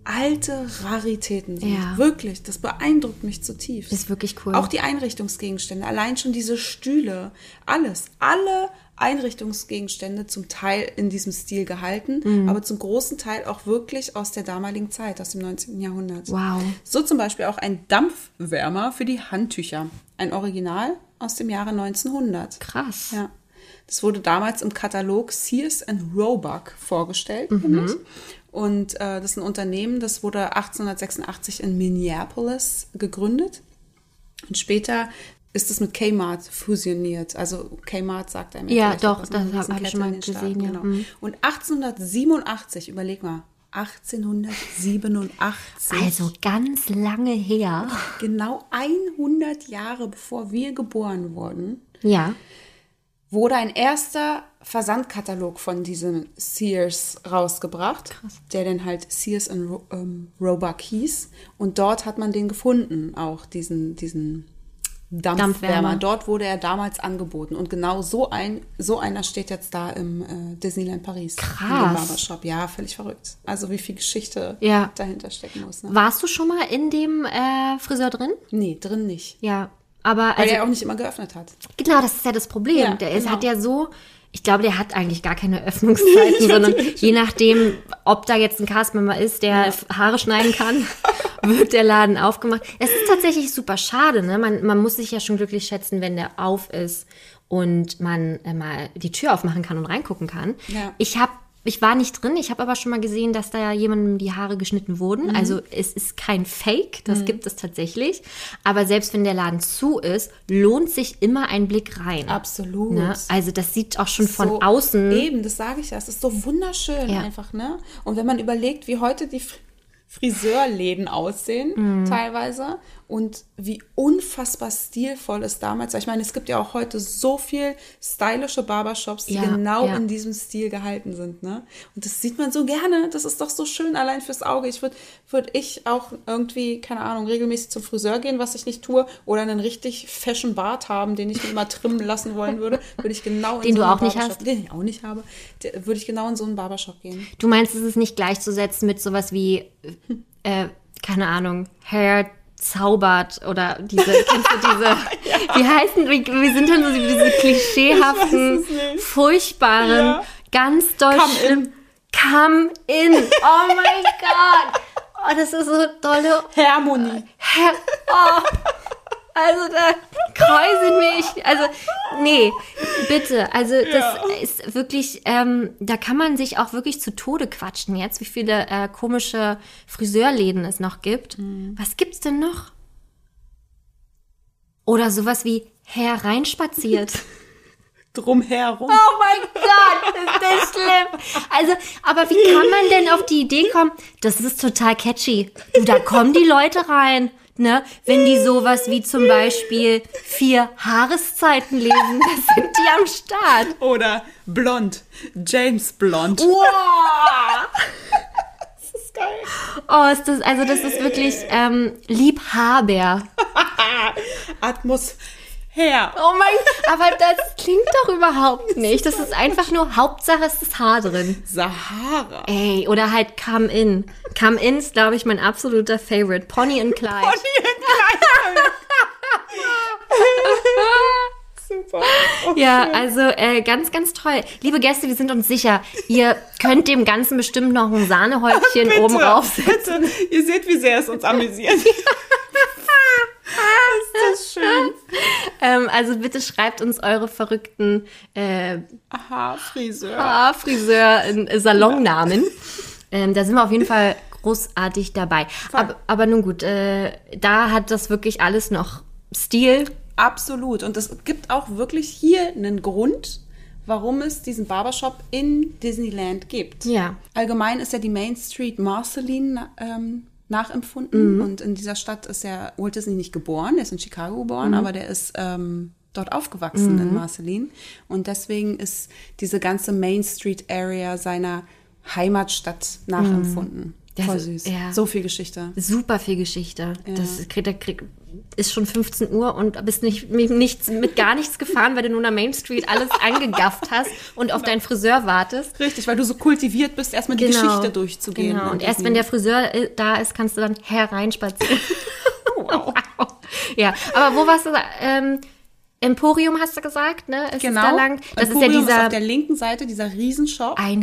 alte Raritäten sind.
Ja.
Wirklich, das beeindruckt mich zutiefst.
Ist wirklich cool.
Auch die Einrichtungsgegenstände, allein schon diese Stühle, alles, alle Einrichtungsgegenstände zum Teil in diesem Stil gehalten,
Mhm.
aber zum großen Teil auch wirklich aus der damaligen Zeit, aus dem 19. Jahrhundert.
Wow.
So zum Beispiel auch ein Dampfwärmer für die Handtücher, ein Original aus dem Jahre 1900.
Krass.
Ja. Das wurde damals im Katalog Sears and Roebuck vorgestellt.
Mhm.
nämlich. Und äh, das ist ein Unternehmen, das wurde 1886 in Minneapolis gegründet. Und später ist es mit Kmart fusioniert. Also Kmart sagt einem
Ja,
vielleicht
doch,
etwas,
das
ne?
hab- hab ich
Riesenkette
schon mal
in den Staaten,
gesehen, ja.
genau.
Mhm.
Und 1887, überleg mal, 1887.
Also ganz lange her.
Genau 100 Jahre bevor wir geboren wurden,
Ja.
wurde ein erster Versandkatalog von diesem Sears rausgebracht, der dann halt Sears and Ro ähm, Roebuck hieß. Und dort hat man den gefunden, auch diesen, diesen Dampfwärmer.
Dampfwärmer.
Dort wurde er damals angeboten. Und genau so, ein, so einer steht jetzt da im äh, Disneyland Paris.
Krass.
Im Barbershop. Ja, völlig verrückt. Also wie viel Geschichte
Ja.
dahinter stecken muss. Ne?
Warst du schon mal in dem äh, Friseur drin?
Nee, drin nicht.
Ja. Aber
Weil
also,
er auch nicht immer geöffnet hat.
genau, das ist ja das Problem.
Ja,
der ist,
genau.
hat ja so, ich glaube, der hat eigentlich gar keine Öffnungszeiten, sondern je nachdem, ob da jetzt ein Castmember ist, der f- Haare schneiden kann, wird der Laden aufgemacht. Es ist tatsächlich super schade, ne? Man, man muss sich ja schon glücklich schätzen, wenn der auf ist und man äh, mal die Tür aufmachen kann und reingucken kann.
Ja.
Ich habe ich war nicht drin, ich habe aber schon mal gesehen, dass da jemandem die Haare geschnitten wurden.
Mhm.
Also es ist kein Fake, das gibt es tatsächlich. Aber selbst wenn der Laden zu ist, lohnt sich immer ein Blick rein.
Absolut.
Ne? Also das sieht auch schon von
so- eh
außen.
Eben, das sage ich ja. Es ist so wunderschön
Ja.
einfach, ne? Und wenn man überlegt, wie heute die Fr- Friseurläden
Mhm.
aussehen, teilweise, und wie unfassbar stilvoll es damals war. Ich meine, es gibt ja auch heute so viel stylische Barbershops, die
Ja,
genau
ja.
in diesem Stil gehalten sind, ne? Und das sieht man so gerne. Das ist doch so schön, allein fürs Auge. Ich würde, würde ich auch irgendwie, keine Ahnung, regelmäßig zum Friseur gehen, was ich nicht tue, oder einen richtig fashion Bart haben, den ich mir immer trimmen lassen wollen würde, würde ich genau in
Den du
einen
auch nicht
Barbershop-
hast?
Den ich auch nicht habe. Der, würde ich genau in so einen Barbershop gehen.
Du meinst, es ist nicht gleichzusetzen mit sowas wie, äh, keine Ahnung, Hair zaubert oder diese, kennst du diese, wie heißen, wie, wie sind denn so diese klischeehaften, furchtbaren,
Ja.
ganz doll
Come
schlimm, come in, oh mein Gott, oh, das ist so dolle,
Harmonie.
Hä? oh, also da kräuseln mich. Also, nee, bitte. Also das ist wirklich, ähm, da kann man sich auch wirklich zu Tode quatschen jetzt, wie viele äh, komische Friseurläden es noch gibt. Was gibt's denn noch? Oder sowas wie hereinspaziert.
Drumherum.
Oh mein Gott, ist das schlimm. Also, aber wie kann man denn auf die Idee kommen? Das ist total catchy. Du, da kommen die Leute rein. Ne? Wenn die sowas wie zum Beispiel vier Haareszeiten lesen, das sind die am Start.
Oder blond. James Blond.
Uh. Wow! Oh, ist das, also das ist wirklich ähm, Liebhaber.
Atmosphäre.
Oh mein aber das klingt doch überhaupt nicht. Das ist einfach nur, Hauptsache es ist Haar drin.
Sahara.
Ey, oder halt Come In. Come In ist, glaube ich, mein absoluter Favorite. Pony and Clyde.
Super.
ja, also äh, ganz, ganz toll. Liebe Gäste, wir sind uns sicher, ihr könnt dem Ganzen bestimmt noch ein Sahnehäubchen oben rauf.
bitte. Ihr seht, wie sehr es uns amüsiert. ist das schön.
Ähm, also bitte schreibt uns eure verrückten äh,
Aha, Friseur.
Ah, Friseur-Salonnamen. Ähm, da sind wir auf jeden Fall großartig dabei. Aber, aber nun gut, äh, da hat das wirklich alles noch Stil.
Absolut. Und es gibt auch wirklich hier einen Grund, warum es diesen Barbershop in Disneyland gibt.
Ja.
Allgemein ist ja die Main Street Marceline na- ähm, nachempfunden.
Mhm.
Und in dieser Stadt ist ja Walt Disney nicht geboren. Er ist in Chicago
Mhm.
geboren, aber der ist ähm, dort aufgewachsen in Marceline. Und deswegen ist diese ganze Main Street Area seiner Heimatstadt nachempfunden.
Mhm. Das
Voll
ist-
süß.
ja.
So viel Geschichte.
Super viel Geschichte. Das krieg, da krieg, ist schon 15 Uhr und bist nicht, mit, nichts, mit gar nichts gefahren, weil du nur in der Main Street alles angegafft hast und auf deinen Friseur wartest.
Richtig, weil du so kultiviert bist, erstmal Genau. die Geschichte durchzugehen.
Genau. Und erst
diesen-
wenn der Friseur äh, da ist, kannst du dann hereinspazieren. wow. Ja, aber wo warst du? da? Ähm, Emporium hast du gesagt, ne? Ist
Genau.
Es da lang? Das ist ja
Emporium
dieser Ah.
auf der linken Seite, dieser Riesenshop.
ein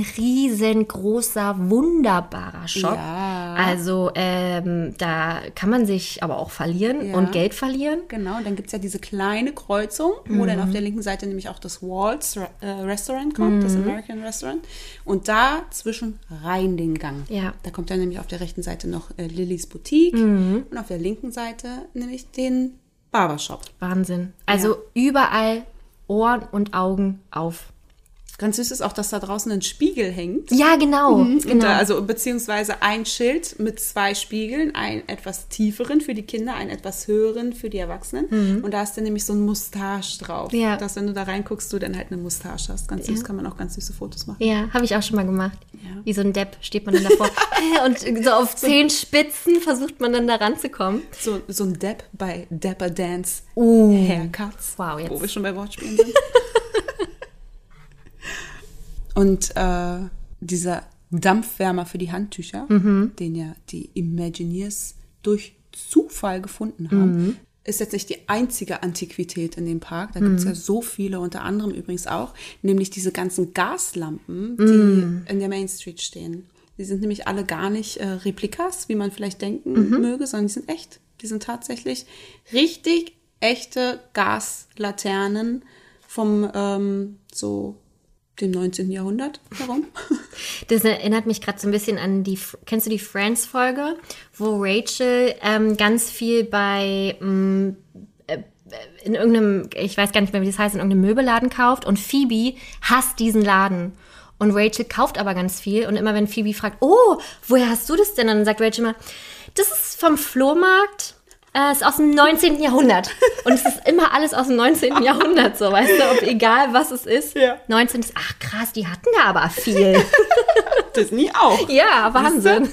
riesengroßer, wunderbarer Shop.
Ja.
Also ähm, da kann man sich aber auch verlieren
Ja.
und Geld verlieren.
Genau, und dann gibt es ja diese kleine Kreuzung, wo dann
Mhm.
auf der linken Seite nämlich auch das Waltz äh, Restaurant kommt,
Mhm.
das American Restaurant. Und da zwischen rein den Gang.
Ja.
Da kommt dann nämlich auf der rechten Seite noch äh, Lillys Boutique
Mhm.
und auf der linken Seite nämlich den Barbershop.
Wahnsinn. Also überall Ohren und Augen auf.
Ganz süß ist auch, dass da draußen ein Spiegel hängt.
Ja, genau.
Und
genau.
da, also beziehungsweise ein Schild mit zwei Spiegeln, einen etwas tieferen für die Kinder, einen etwas höheren für die Erwachsenen. Und da ist dann nämlich so ein Mustache drauf.
Mhm. Ja.
Dass wenn du da reinguckst, du dann halt eine Mustache hast. Ganz süß kann man auch ganz süße Fotos machen.
ja, habe ich auch schon mal gemacht. Wie so ein Depp steht man dann davor. und so auf zehn Spitzen versucht man dann da ranzukommen.
So, so ein Depp bei Dapper Dance Haircuts.
Uh. Wow, jetzt-
Wo wir schon bei Wortspielen sind. Und äh, dieser Dampfwärmer für die Handtücher, den ja die Imagineers durch Zufall gefunden haben, ist jetzt nicht die einzige Antiquität in dem Park. Da gibt es ja so viele, unter anderem übrigens auch, nämlich diese ganzen Gaslampen, die in der Main Street stehen. Die sind nämlich alle gar nicht äh, Replikas, wie man vielleicht denken möge, sondern die sind echt. Die sind tatsächlich richtig echte Gaslaternen vom ähm, so dem 19. Jahrhundert herum.
Das erinnert mich gerade so ein bisschen an die, kennst du die Friends-Folge, wo Rachel ähm, ganz viel bei, ähm, äh, in irgendeinem, ich weiß gar nicht mehr, wie das heißt, in irgendeinem Möbelladen kauft und Phoebe hasst diesen Laden. Und Rachel kauft aber ganz viel und immer wenn Phoebe fragt, oh, woher hast du das denn? Dann sagt Rachel immer, das ist vom Flohmarkt. Äh, ist aus dem 19. Jahrhundert. Und es ist immer alles aus dem 19. Jahrhundert, so, weißt du, ob egal was es ist.
Ja.
19. ist- Ach krass, die hatten da aber viel.
Disney auch.
Ja, Wahnsinn.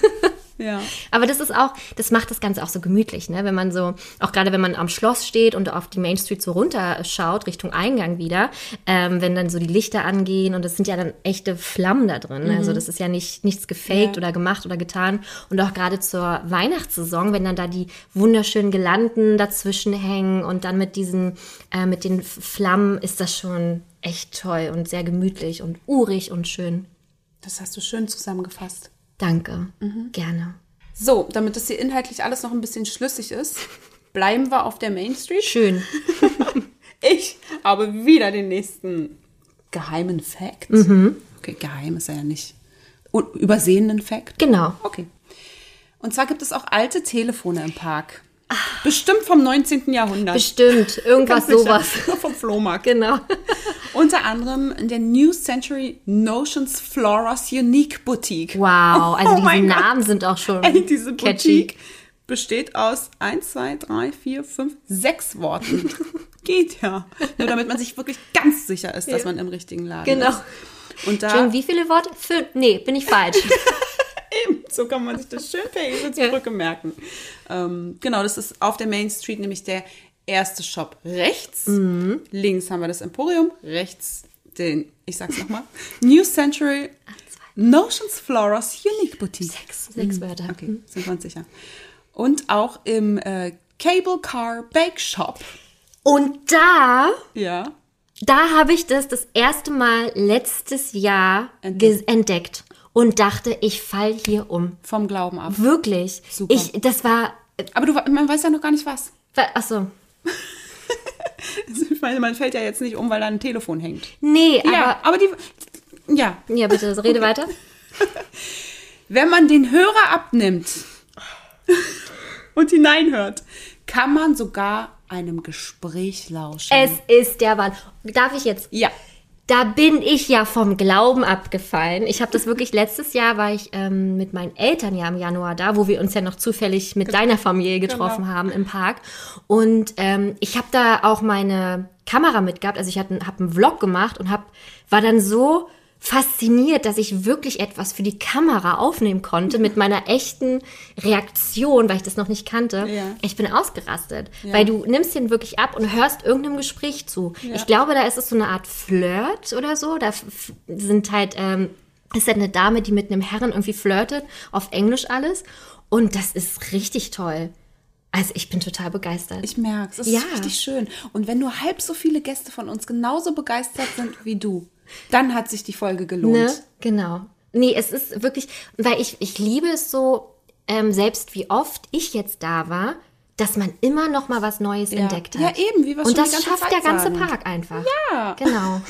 Ja.
Aber das ist auch, das macht das Ganze auch so gemütlich, ne? Wenn man so, auch gerade wenn man am Schloss steht und auf die Main Street so runter schaut, Richtung Eingang wieder, ähm, wenn dann so die Lichter angehen und es sind ja dann echte Flammen da drin. Also das ist ja nicht nichts gefaked
Ja.
oder gemacht oder getan. Und auch gerade zur Weihnachtssaison, wenn dann da die wunderschönen Girlanden dazwischen hängen und dann mit diesen, äh, mit den Flammen ist das schon echt toll und sehr gemütlich und urig und schön.
Das hast du schön zusammengefasst.
Danke. Gerne.
So, damit das hier inhaltlich alles noch ein bisschen schlüssig ist, bleiben wir auf der Main Street.
Schön.
Ich habe wieder den nächsten geheimen Fact.
Mhm.
Okay, geheim ist er ja nicht. Und übersehenen Fact.
Genau.
Okay. Und zwar gibt es auch alte Telefone im Park. Bestimmt vom 19. Jahrhundert.
Ah. Bestimmt,
Ganz
irgendwas
sicher.
sowas.
Vom Flohmarkt.
Genau.
Unter anderem in der New Century Notions Flora's Unique Boutique.
Wow, also
Oh
diese
mein Gott.
Namen sind auch schon
Ey, diese
catchy.
Boutique besteht aus 1, 2, 3, 4, 5, 6 Worten. Geht ja. Nur damit man sich wirklich ganz sicher ist, dass man im richtigen Laden
Genau.
ist. Und da,
Jane, wie viele Worte? Fünf. Nee, bin ich falsch.
eben, so kann man sich das schön per Eselsbrücke merken. Ähm, genau, das ist auf der Main Street nämlich der erste Shop rechts. Links haben wir das Emporium, rechts den, ich sag's nochmal, New Century Notions Flora's Unique Boutique. Mhm.
Sechs Wörter.
Okay, sind wir uns sicher. Und auch im äh, Cable Car Bake Shop.
Und da,
Ja.
da habe ich das das erste Mal letztes Jahr
Entdeckt.
ge- entdeckt und dachte, ich fall hier um.
Vom Glauben ab.
Wirklich.
Super.
Ich, das war, äh,
Aber du, man weiß ja noch gar nicht was.
war achso.
Ich meine, man fällt ja jetzt nicht um, weil da ein Telefon hängt.
Nee,
ja, aber die. Ja.
aber, ja, bitte, rede weiter.
Wenn man den Hörer abnimmt und hineinhört, kann man sogar einem Gespräch lauschen.
Es ist der Wahnsinn. Darf ich jetzt
ja.
da bin ich ja vom Glauben abgefallen. Ich habe das wirklich letztes Jahr war ich ähm, mit meinen Eltern ja im Januar da, wo wir uns ja noch zufällig mit deiner Familie getroffen haben im Park. Und ähm, ich habe da auch meine Kamera mitgehabt. Also ich habe hab einen Vlog gemacht und hab, war dann so fasziniert, dass ich wirklich etwas für die Kamera aufnehmen konnte mit meiner echten Reaktion, weil ich das noch nicht kannte.
Ja.
Ich bin ausgerastet, weil du nimmst den wirklich ab und hörst irgendeinem Gespräch zu. Ich glaube, da ist es so eine Art Flirt oder so. Da f- f- sind halt, ähm, ist halt eine Dame, die mit einem Herren irgendwie flirtet, auf Englisch alles. Und das ist richtig toll. Also ich bin total begeistert.
Ich merk's, es
Ja.
ist richtig schön. Und wenn nur halb so viele Gäste von uns genauso begeistert sind wie du, dann hat sich die Folge gelohnt.
Ne? Genau. Nee, es ist wirklich, weil ich, ich liebe es so, ähm, selbst wie oft ich jetzt da war, dass man immer noch mal was Neues entdeckt
Ja,
hat.
eben, wie wir schon
Und
die
das
ganze
schafft
Zeit
der ganze
sagen.
Park einfach. Ja. Genau.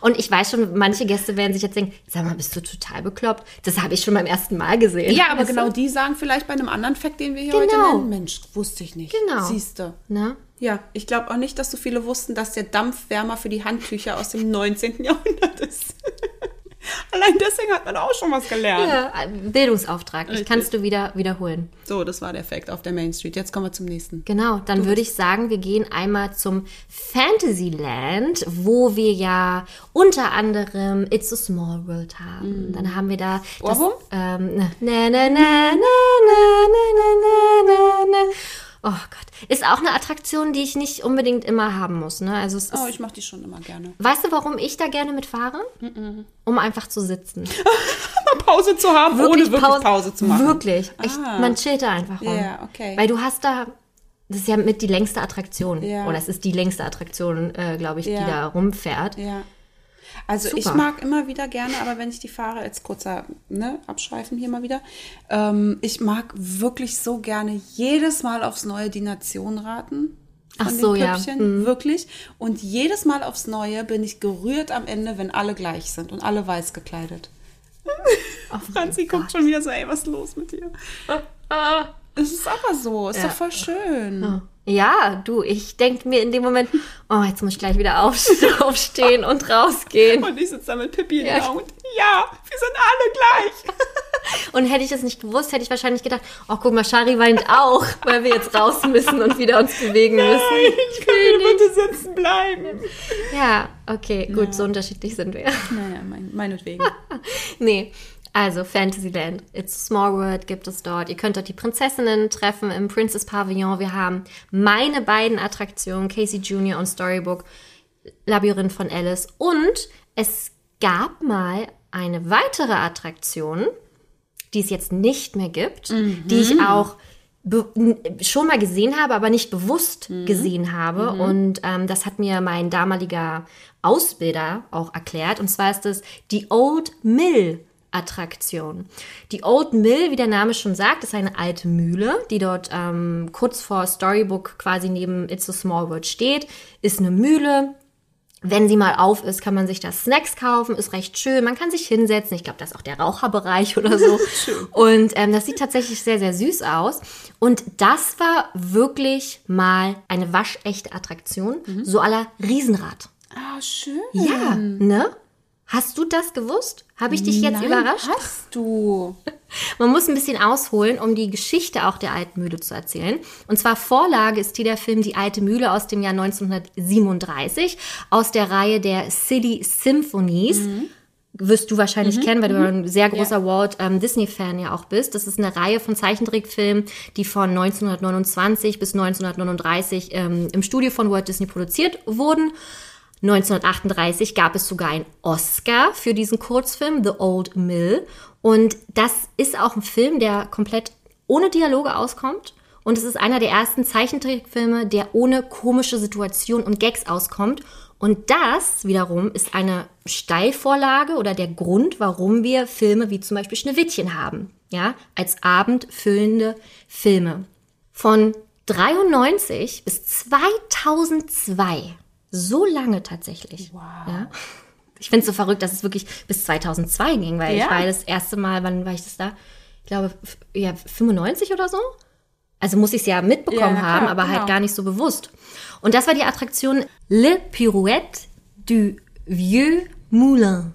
Und ich weiß schon, manche Gäste werden sich jetzt denken, sag mal, bist du total bekloppt? Das habe ich schon beim ersten Mal gesehen.
Ja, aber
Weißt
genau
du?
die sagen vielleicht bei einem anderen Fact, den wir hier
Genau.
heute nennen, Mensch, wusste ich nicht.
Genau.
Siehste.
Na?
Ja, ich glaube auch nicht, dass so viele wussten, dass der Dampfwärmer für die Handtücher aus dem 19. Jahrhundert ist. Allein deswegen hat man auch schon was gelernt.
Ja, Bildungsauftrag. Ich
Richtig.
kannst du wieder wiederholen.
So, das war der Fact auf der Main Street. Jetzt kommen wir zum nächsten.
Genau, dann würde ich sagen, wir gehen einmal zum Fantasyland, wo wir ja unter anderem It's a Small World haben. Dann haben wir da das,
Mhm. Ohrwurm?
ähm, ne- na, na, na, na, na, na, na, na, na. Oh Gott, ist auch eine Attraktion, die ich nicht unbedingt immer haben muss. Ne? Also es ist,
Oh, ich mache die schon immer gerne.
weißt du, warum ich da gerne mitfahre? Um einfach zu sitzen.
Pause zu haben, ohne wirklich Pause, zu machen.
Wirklich. Echt,
Ah.
man chillt da einfach rum.
Ja, okay.
Weil du hast da, das ist ja mit die längste Attraktion.
Ja.
Oder es ist die längste Attraktion, äh, glaube ich,
Ja.
die da rumfährt.
Ja. Also ich
Super.
mag immer wieder gerne, aber wenn ich die fahre, jetzt kurzer ne, Abschweifen hier mal wieder. Ähm, ich mag wirklich so gerne jedes Mal aufs neue die Nation raten.
Ach so, ja. Mhm.
Püppchen, Wirklich. Und jedes Mal aufs Neue bin ich gerührt am Ende, wenn alle gleich sind und alle weiß gekleidet. Franzi guckt schon wieder so, ey, was ist los mit dir?
Ah.
Es ist aber so, ist doch voll schön.
Ja, du, ich denke mir in dem Moment, oh, jetzt muss ich gleich wieder aufstehen, aufstehen und rausgehen.
Und ich sitze da mit Pippi in
Ja.
den Augen und ja, wir sind alle gleich.
Und hätte ich das nicht gewusst, hätte ich wahrscheinlich gedacht, oh, guck mal, Shari weint auch, weil wir jetzt raus müssen und wieder uns bewegen müssen.
Ich will bitte sitzen bleiben.
Ja, okay, gut, so unterschiedlich sind wir.
Naja, mein, meinetwegen.
Nee. Also Fantasyland, It's a Small World gibt es dort. Ihr könnt dort die Prinzessinnen treffen im Princess Pavillon. Wir haben meine beiden Attraktionen, Casey Jr. und Storybook, Labyrinth von Alice. Und es gab mal eine weitere Attraktion, die es jetzt nicht mehr gibt, die ich auch be- n- schon mal gesehen habe, aber nicht bewusst gesehen habe. Und ähm, das hat mir mein damaliger Ausbilder auch erklärt. Und zwar ist es die Old Mill. Attraktion. Die Old Mill, wie der Name schon sagt, ist eine alte Mühle, die dort ähm, kurz vor Storybook quasi neben It's a Small World steht. Ist eine Mühle, wenn sie mal auf ist, kann man sich da Snacks kaufen, ist recht schön. Man kann sich hinsetzen. Ich glaube, das ist auch der Raucherbereich oder so. und ähm, das sieht tatsächlich sehr, sehr süß aus. Und das war wirklich mal eine waschechte Attraktion. So aller Riesenrad.
Ah, schön.
Ja, ne? Hast du das gewusst? Habe ich dich jetzt überrascht?
Hast du.
Man muss ein bisschen ausholen, um die Geschichte auch der alten Mühle zu erzählen. Und zwar Vorlage ist hier der Film Die alte Mühle aus dem Jahr 1937 aus der Reihe der Silly Symphonies. Wirst du wahrscheinlich kennen, weil du ein sehr großer Walt ähm, Disney-Fan ja auch bist. Das ist eine Reihe von Zeichentrickfilmen, die von 1929 bis 1939 ähm, im Studio von Walt Disney produziert wurden. 1938 gab es sogar einen Oscar für diesen Kurzfilm The Old Mill. Und das ist auch ein Film, der komplett ohne Dialoge auskommt. Und es ist einer der ersten Zeichentrickfilme, der ohne komische Situationen und Gags auskommt. Und das wiederum ist eine Steilvorlage oder der Grund, warum wir Filme wie zum Beispiel Schneewittchen haben. Ja, als abendfüllende Filme. Von 93 bis 2002. So lange tatsächlich. Wow. Ja? Ich finde es so verrückt, dass es wirklich bis 2002 ging, weil
Ja.
ich war das erste Mal, wann war ich das da? Ich glaube, f- ja, 95 oder so. Also muss ich es ja
Ja,
mitbekommen
na klar,
haben, aber
genau.
halt gar nicht so bewusst. Und das war die Attraktion Le Pirouette du Vieux Moulin.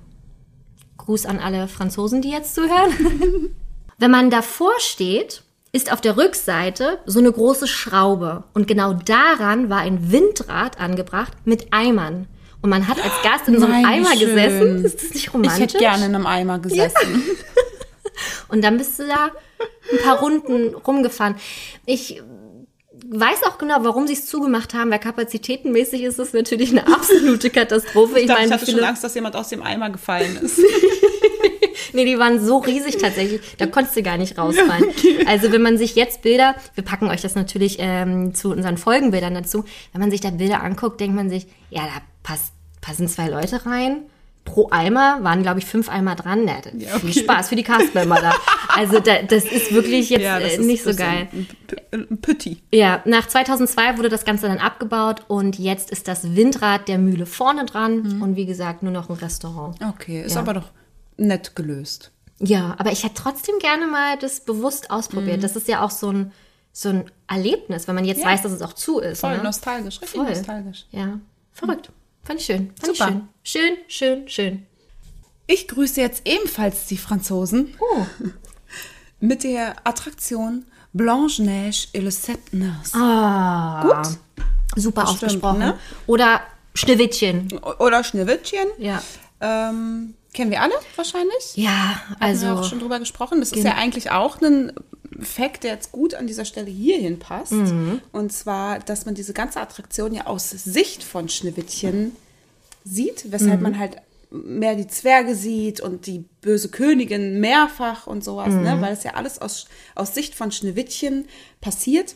Gruß an alle Franzosen, die jetzt zuhören. Wenn man davor steht, ist auf der Rückseite so eine große Schraube. Und genau daran war ein Windrad angebracht mit Eimern. Und man hat als Gast in so einem
Nein, wie
Eimer
schön.
gesessen. Ist das nicht romantisch?
Ich hätte gerne in einem Eimer gesessen.
Und dann bist du da ein paar Runden rumgefahren. Ich weiß auch genau, warum sie es zugemacht haben, weil kapazitätenmäßig ist es natürlich eine absolute Katastrophe. Ich,
Ich, dachte,
meine,
ich
wie
hatte schon
viele,
Angst, dass jemand aus dem Eimer gefallen ist.
nee, die waren so riesig tatsächlich, da konntest du gar nicht rausfallen. Also wenn man sich jetzt Bilder, wir packen euch das natürlich ähm, zu unseren Folgenbildern dazu, wenn man sich da Bilder anguckt, denkt man sich, ja, da passt, passen zwei Leute rein. pro Eimer waren, glaube ich, fünf Eimer dran. Ja, Viel Spaß für die Castmember da. Also da, das ist wirklich jetzt
Ja, das
äh,
ist
nicht so
bisschen
geil.
Ein, P- ein Pütti.
Ja, nach 2002 wurde das Ganze dann abgebaut und jetzt ist das Windrad der Mühle vorne dran
Mhm.
und wie gesagt nur noch ein Restaurant.
Okay, ist
Ja.
aber doch nett gelöst.
Ja, aber ich hätte trotzdem gerne mal das bewusst ausprobiert. Das ist ja auch so ein, so ein Erlebnis, wenn man jetzt
Mhm. Ja.
weiß, dass es auch zu ist.
Voll
ne?
nostalgisch, richtig
Voll.
nostalgisch.
Ja, verrückt. Fand ich schön. Fand
Super.
ich schön. Schön, schön, schön.
Ich grüße jetzt ebenfalls die Franzosen
Oh.
mit der Attraktion Blanche-Neige et le Sept Nass.
Ah.
Gut.
Super
Bestimmt,
ausgesprochen.
ne?
Oder Schneewittchen.
O- Oder Schneewittchen.
Ja.
Ähm, kennen wir alle wahrscheinlich.
Ja,
Also, haben wir
also.
auch schon drüber gesprochen. Das ist ja eigentlich auch ein Fact, der jetzt gut an dieser Stelle hierhin passt.
Mhm.
Und zwar, dass man diese ganze Attraktion ja aus Sicht von Schneewittchen sieht, weshalb
Mhm.
man halt mehr die Zwerge sieht und die böse Königin mehrfach und sowas, ne?
Mhm.
weil es ja alles aus, aus Sicht von Schneewittchen passiert.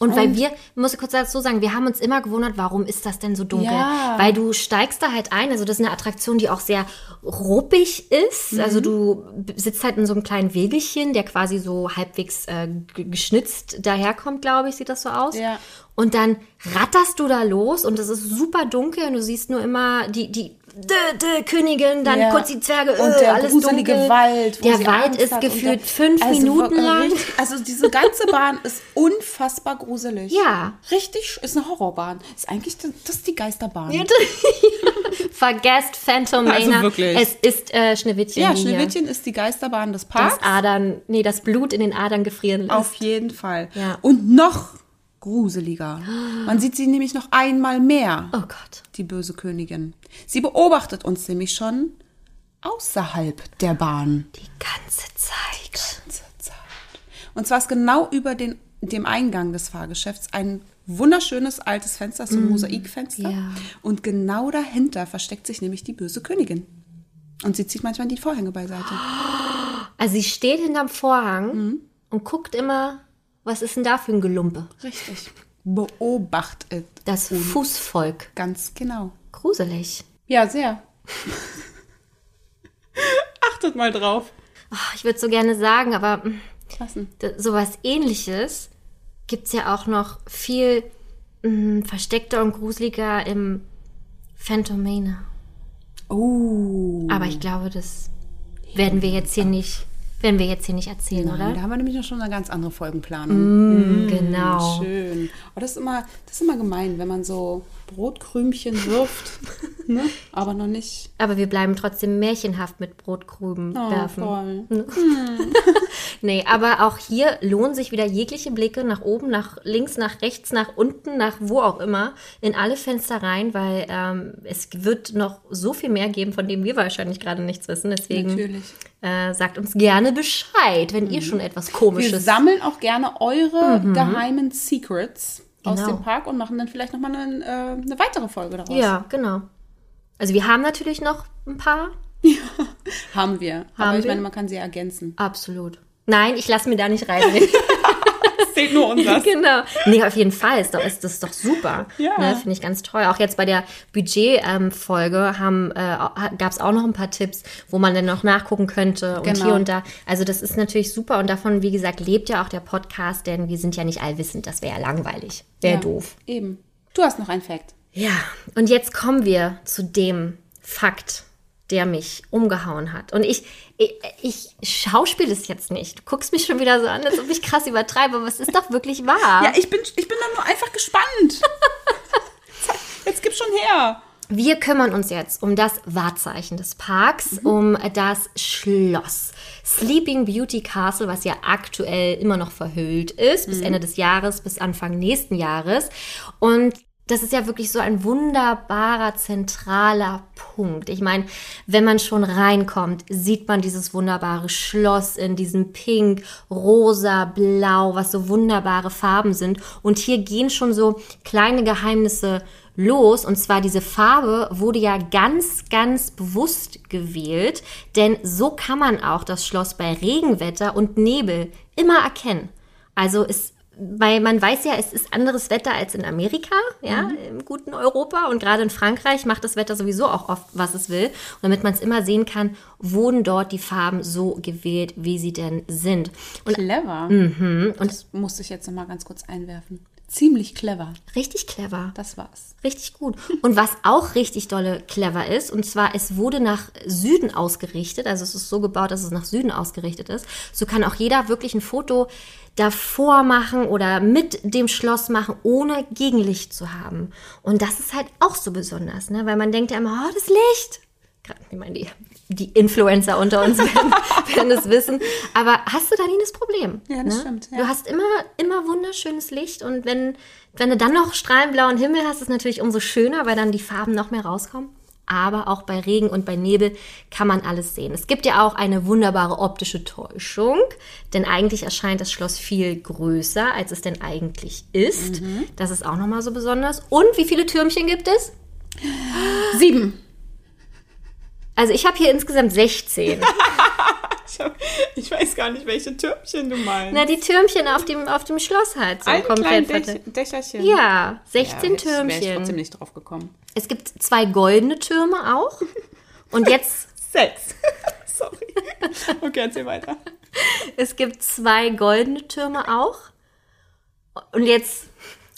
Und weil wir, muss ich kurz dazu sagen, wir haben uns immer gewundert, warum ist das denn so dunkel?
Ja.
Weil du steigst da halt ein, also das ist eine Attraktion, die auch sehr ruppig ist.
Mhm.
Also du b- sitzt halt in so einem kleinen Wegelchen, der quasi so halbwegs äh, g- geschnitzt daherkommt, glaube ich, sieht das so aus.
Ja.
Und dann ratterst du da los und es ist super dunkel und du siehst nur immer die, die dö, dö, Königin, dann
Ja.
kurz die Zwerge,
und
äh,
der
alles
gruselige
dunkel.
Wald. wo
der
sie
Wald
Angst
ist
hat und
gefühlt
der-
fünf
also
Minuten
wirklich-
lang.
Also diese ganze Bahn ist unfassbar gruselig.
Ja.
Richtig, ist eine Horrorbahn. Ist eigentlich das, das ist die Geisterbahn. Ja,
Vergesst Phantom
Also
Manor.
wirklich.
Es ist äh, Schneewittchen. die hier
Schneewittchen ist die Geisterbahn des Parks.
Das Adern, nee, das Blut in den Adern gefrieren lässt.
Auf jeden Fall.
Ja.
Und noch gruseliger. Man sieht sie nämlich noch einmal mehr,
Oh Gott.
die böse Königin. Sie beobachtet uns nämlich schon außerhalb der Bahn.
Die ganze Zeit.
Zeit. Und zwar ist genau über den, dem Eingang des Fahrgeschäfts ein wunderschönes altes Fenster, so ein Mosaikfenster.
ja.
Und genau dahinter versteckt sich nämlich die böse Königin. Und sie zieht manchmal die Vorhänge beiseite.
Also sie steht hinterm Vorhang
Mhm.
und guckt immer, was ist denn da für ein Gelumpe?
Richtig. Beobachtet.
Das Fußvolk.
Ganz genau.
Gruselig.
Ja, sehr. Achtet mal drauf.
Ach, Ah, ich würde so gerne sagen, aber hm, mh,
Was denn?
d- sowas ähnliches gibt es ja auch noch viel mh, versteckter und gruseliger im Phantom Manor.
Oh.
Aber ich glaube, das werden wir jetzt hier nicht, werden wir jetzt hier nicht erzählen,
Nein, da
oder?
haben wir nämlich noch schon eine ganz andere Folgenplanung.
Genau.
Mhm. Schön. Aber das ist immer, das ist immer gemein, wenn man so Brotkrümchen wirft, ne? aber noch nicht.
Aber wir bleiben trotzdem märchenhaft mit Brotgruben
Oh,
werfen. Mhm.
voll.
Nee, aber auch hier lohnen sich wieder jegliche Blicke nach oben, nach links, nach rechts, nach unten, nach wo auch immer, in alle Fenster rein, weil ähm, es wird noch so viel mehr geben, von dem wir wahrscheinlich gerade nichts wissen. Deswegen
Natürlich. Mhm.
äh, sagt uns gerne Bescheid, wenn ihr schon etwas
Wir
Komisches.
sammeln auch gerne eure geheimen Secrets aus
Mhm. Genau.
dem Park und machen dann vielleicht nochmal eine, äh, eine weitere Folge daraus.
Ja, genau. Also wir haben natürlich noch ein paar.
Haben wir.
Haben
aber ich
wir?
meine, man kann sie ja ergänzen.
Absolut. Nein, ich lasse mir da nicht rein.
Es zählt nur unseres.
genau. Nee, auf jeden Fall ist, doch, ist das doch super.
Ja.
Ne, Finde ich ganz toll. Auch jetzt bei der Budget-Folge haben äh, gab es auch noch ein paar Tipps, wo man dann noch nachgucken könnte und
Genau.
hier und da. Also das ist natürlich super und davon, wie gesagt, lebt ja auch der Podcast, denn wir sind ja nicht allwissend. Das wäre ja langweilig. Wäre
Ja,
doof.
Eben. Du hast noch einen Fact.
Ja, und jetzt kommen wir zu dem Fakt, der mich umgehauen hat. Und ich, ich, ich schauspiel es jetzt nicht. Du guckst mich schon wieder so an, als ob ich krass übertreibe, aber es ist doch wirklich wahr.
Ja, ich bin, ich bin da nur einfach gespannt. Jetzt gib schon her.
Wir kümmern uns jetzt um das Wahrzeichen des Parks, um das Schloss. Sleeping Beauty Castle, was ja aktuell immer noch verhüllt ist, bis Ende des Jahres, bis Anfang nächsten Jahres. Und das ist ja wirklich so ein wunderbarer zentraler Punkt. Ich meine, wenn man schon reinkommt, sieht man dieses wunderbare Schloss in diesem Pink, Rosa, Blau, was so wunderbare Farben sind. Und hier gehen schon so kleine Geheimnisse los. Und zwar diese Farbe wurde ja ganz, ganz bewusst gewählt, denn so kann man auch das Schloss bei Regenwetter und Nebel immer erkennen. Also es weil man weiß ja, es ist anderes Wetter als in Amerika, ja, im guten Europa und gerade in Frankreich macht das Wetter sowieso auch oft, was es will. Und damit man es immer sehen kann, wurden dort die Farben so gewählt, wie sie denn sind. Und Mhm.
Clever.
und-
das musste ich jetzt nochmal ganz kurz einwerfen. Ziemlich clever.
richtig clever.
Das war's.
Richtig gut. Und was auch richtig dolle clever ist, und zwar, es wurde nach Süden ausgerichtet, also es ist so gebaut, dass es nach Süden ausgerichtet ist. So kann auch jeder wirklich ein Foto davor machen oder mit dem Schloss machen, ohne Gegenlicht zu haben. Und das ist halt auch so besonders, ne? weil man denkt ja immer, oh, das Licht. Gerade, ich meine, die, die Influencer unter uns werden, werden es wissen. Aber hast du da nie das Problem? Ne?
Ja, das stimmt, ja.
Du hast immer, immer wunderschönes Licht und wenn, wenn du dann noch strahlend blauen Himmel hast, ist es natürlich umso schöner, weil dann die Farben noch mehr rauskommen. Aber auch bei Regen und bei Nebel kann man alles sehen. Es gibt ja auch eine wunderbare optische Täuschung, denn eigentlich erscheint das Schloss viel größer, als es denn eigentlich ist.
Mhm.
Das ist auch nochmal so besonders. Und wie viele Türmchen gibt es?
Sieben.
Also ich habe hier insgesamt 16.
Ich weiß gar nicht, welche Türmchen du meinst.
Na, die Türmchen auf dem, auf dem Schloss halt. So
Ein
komplett
kleines
verteilt.
Däch Dächerchen.
Ja,
Ja,
16
wär ich- wär ich
Türmchen.
trotzdem nicht drauf gekommen.
Es gibt zwei goldene Türme auch. Und jetzt,
Sechs. Sorry. Okay, erzähl weiter.
es gibt zwei goldene Türme auch. Und jetzt,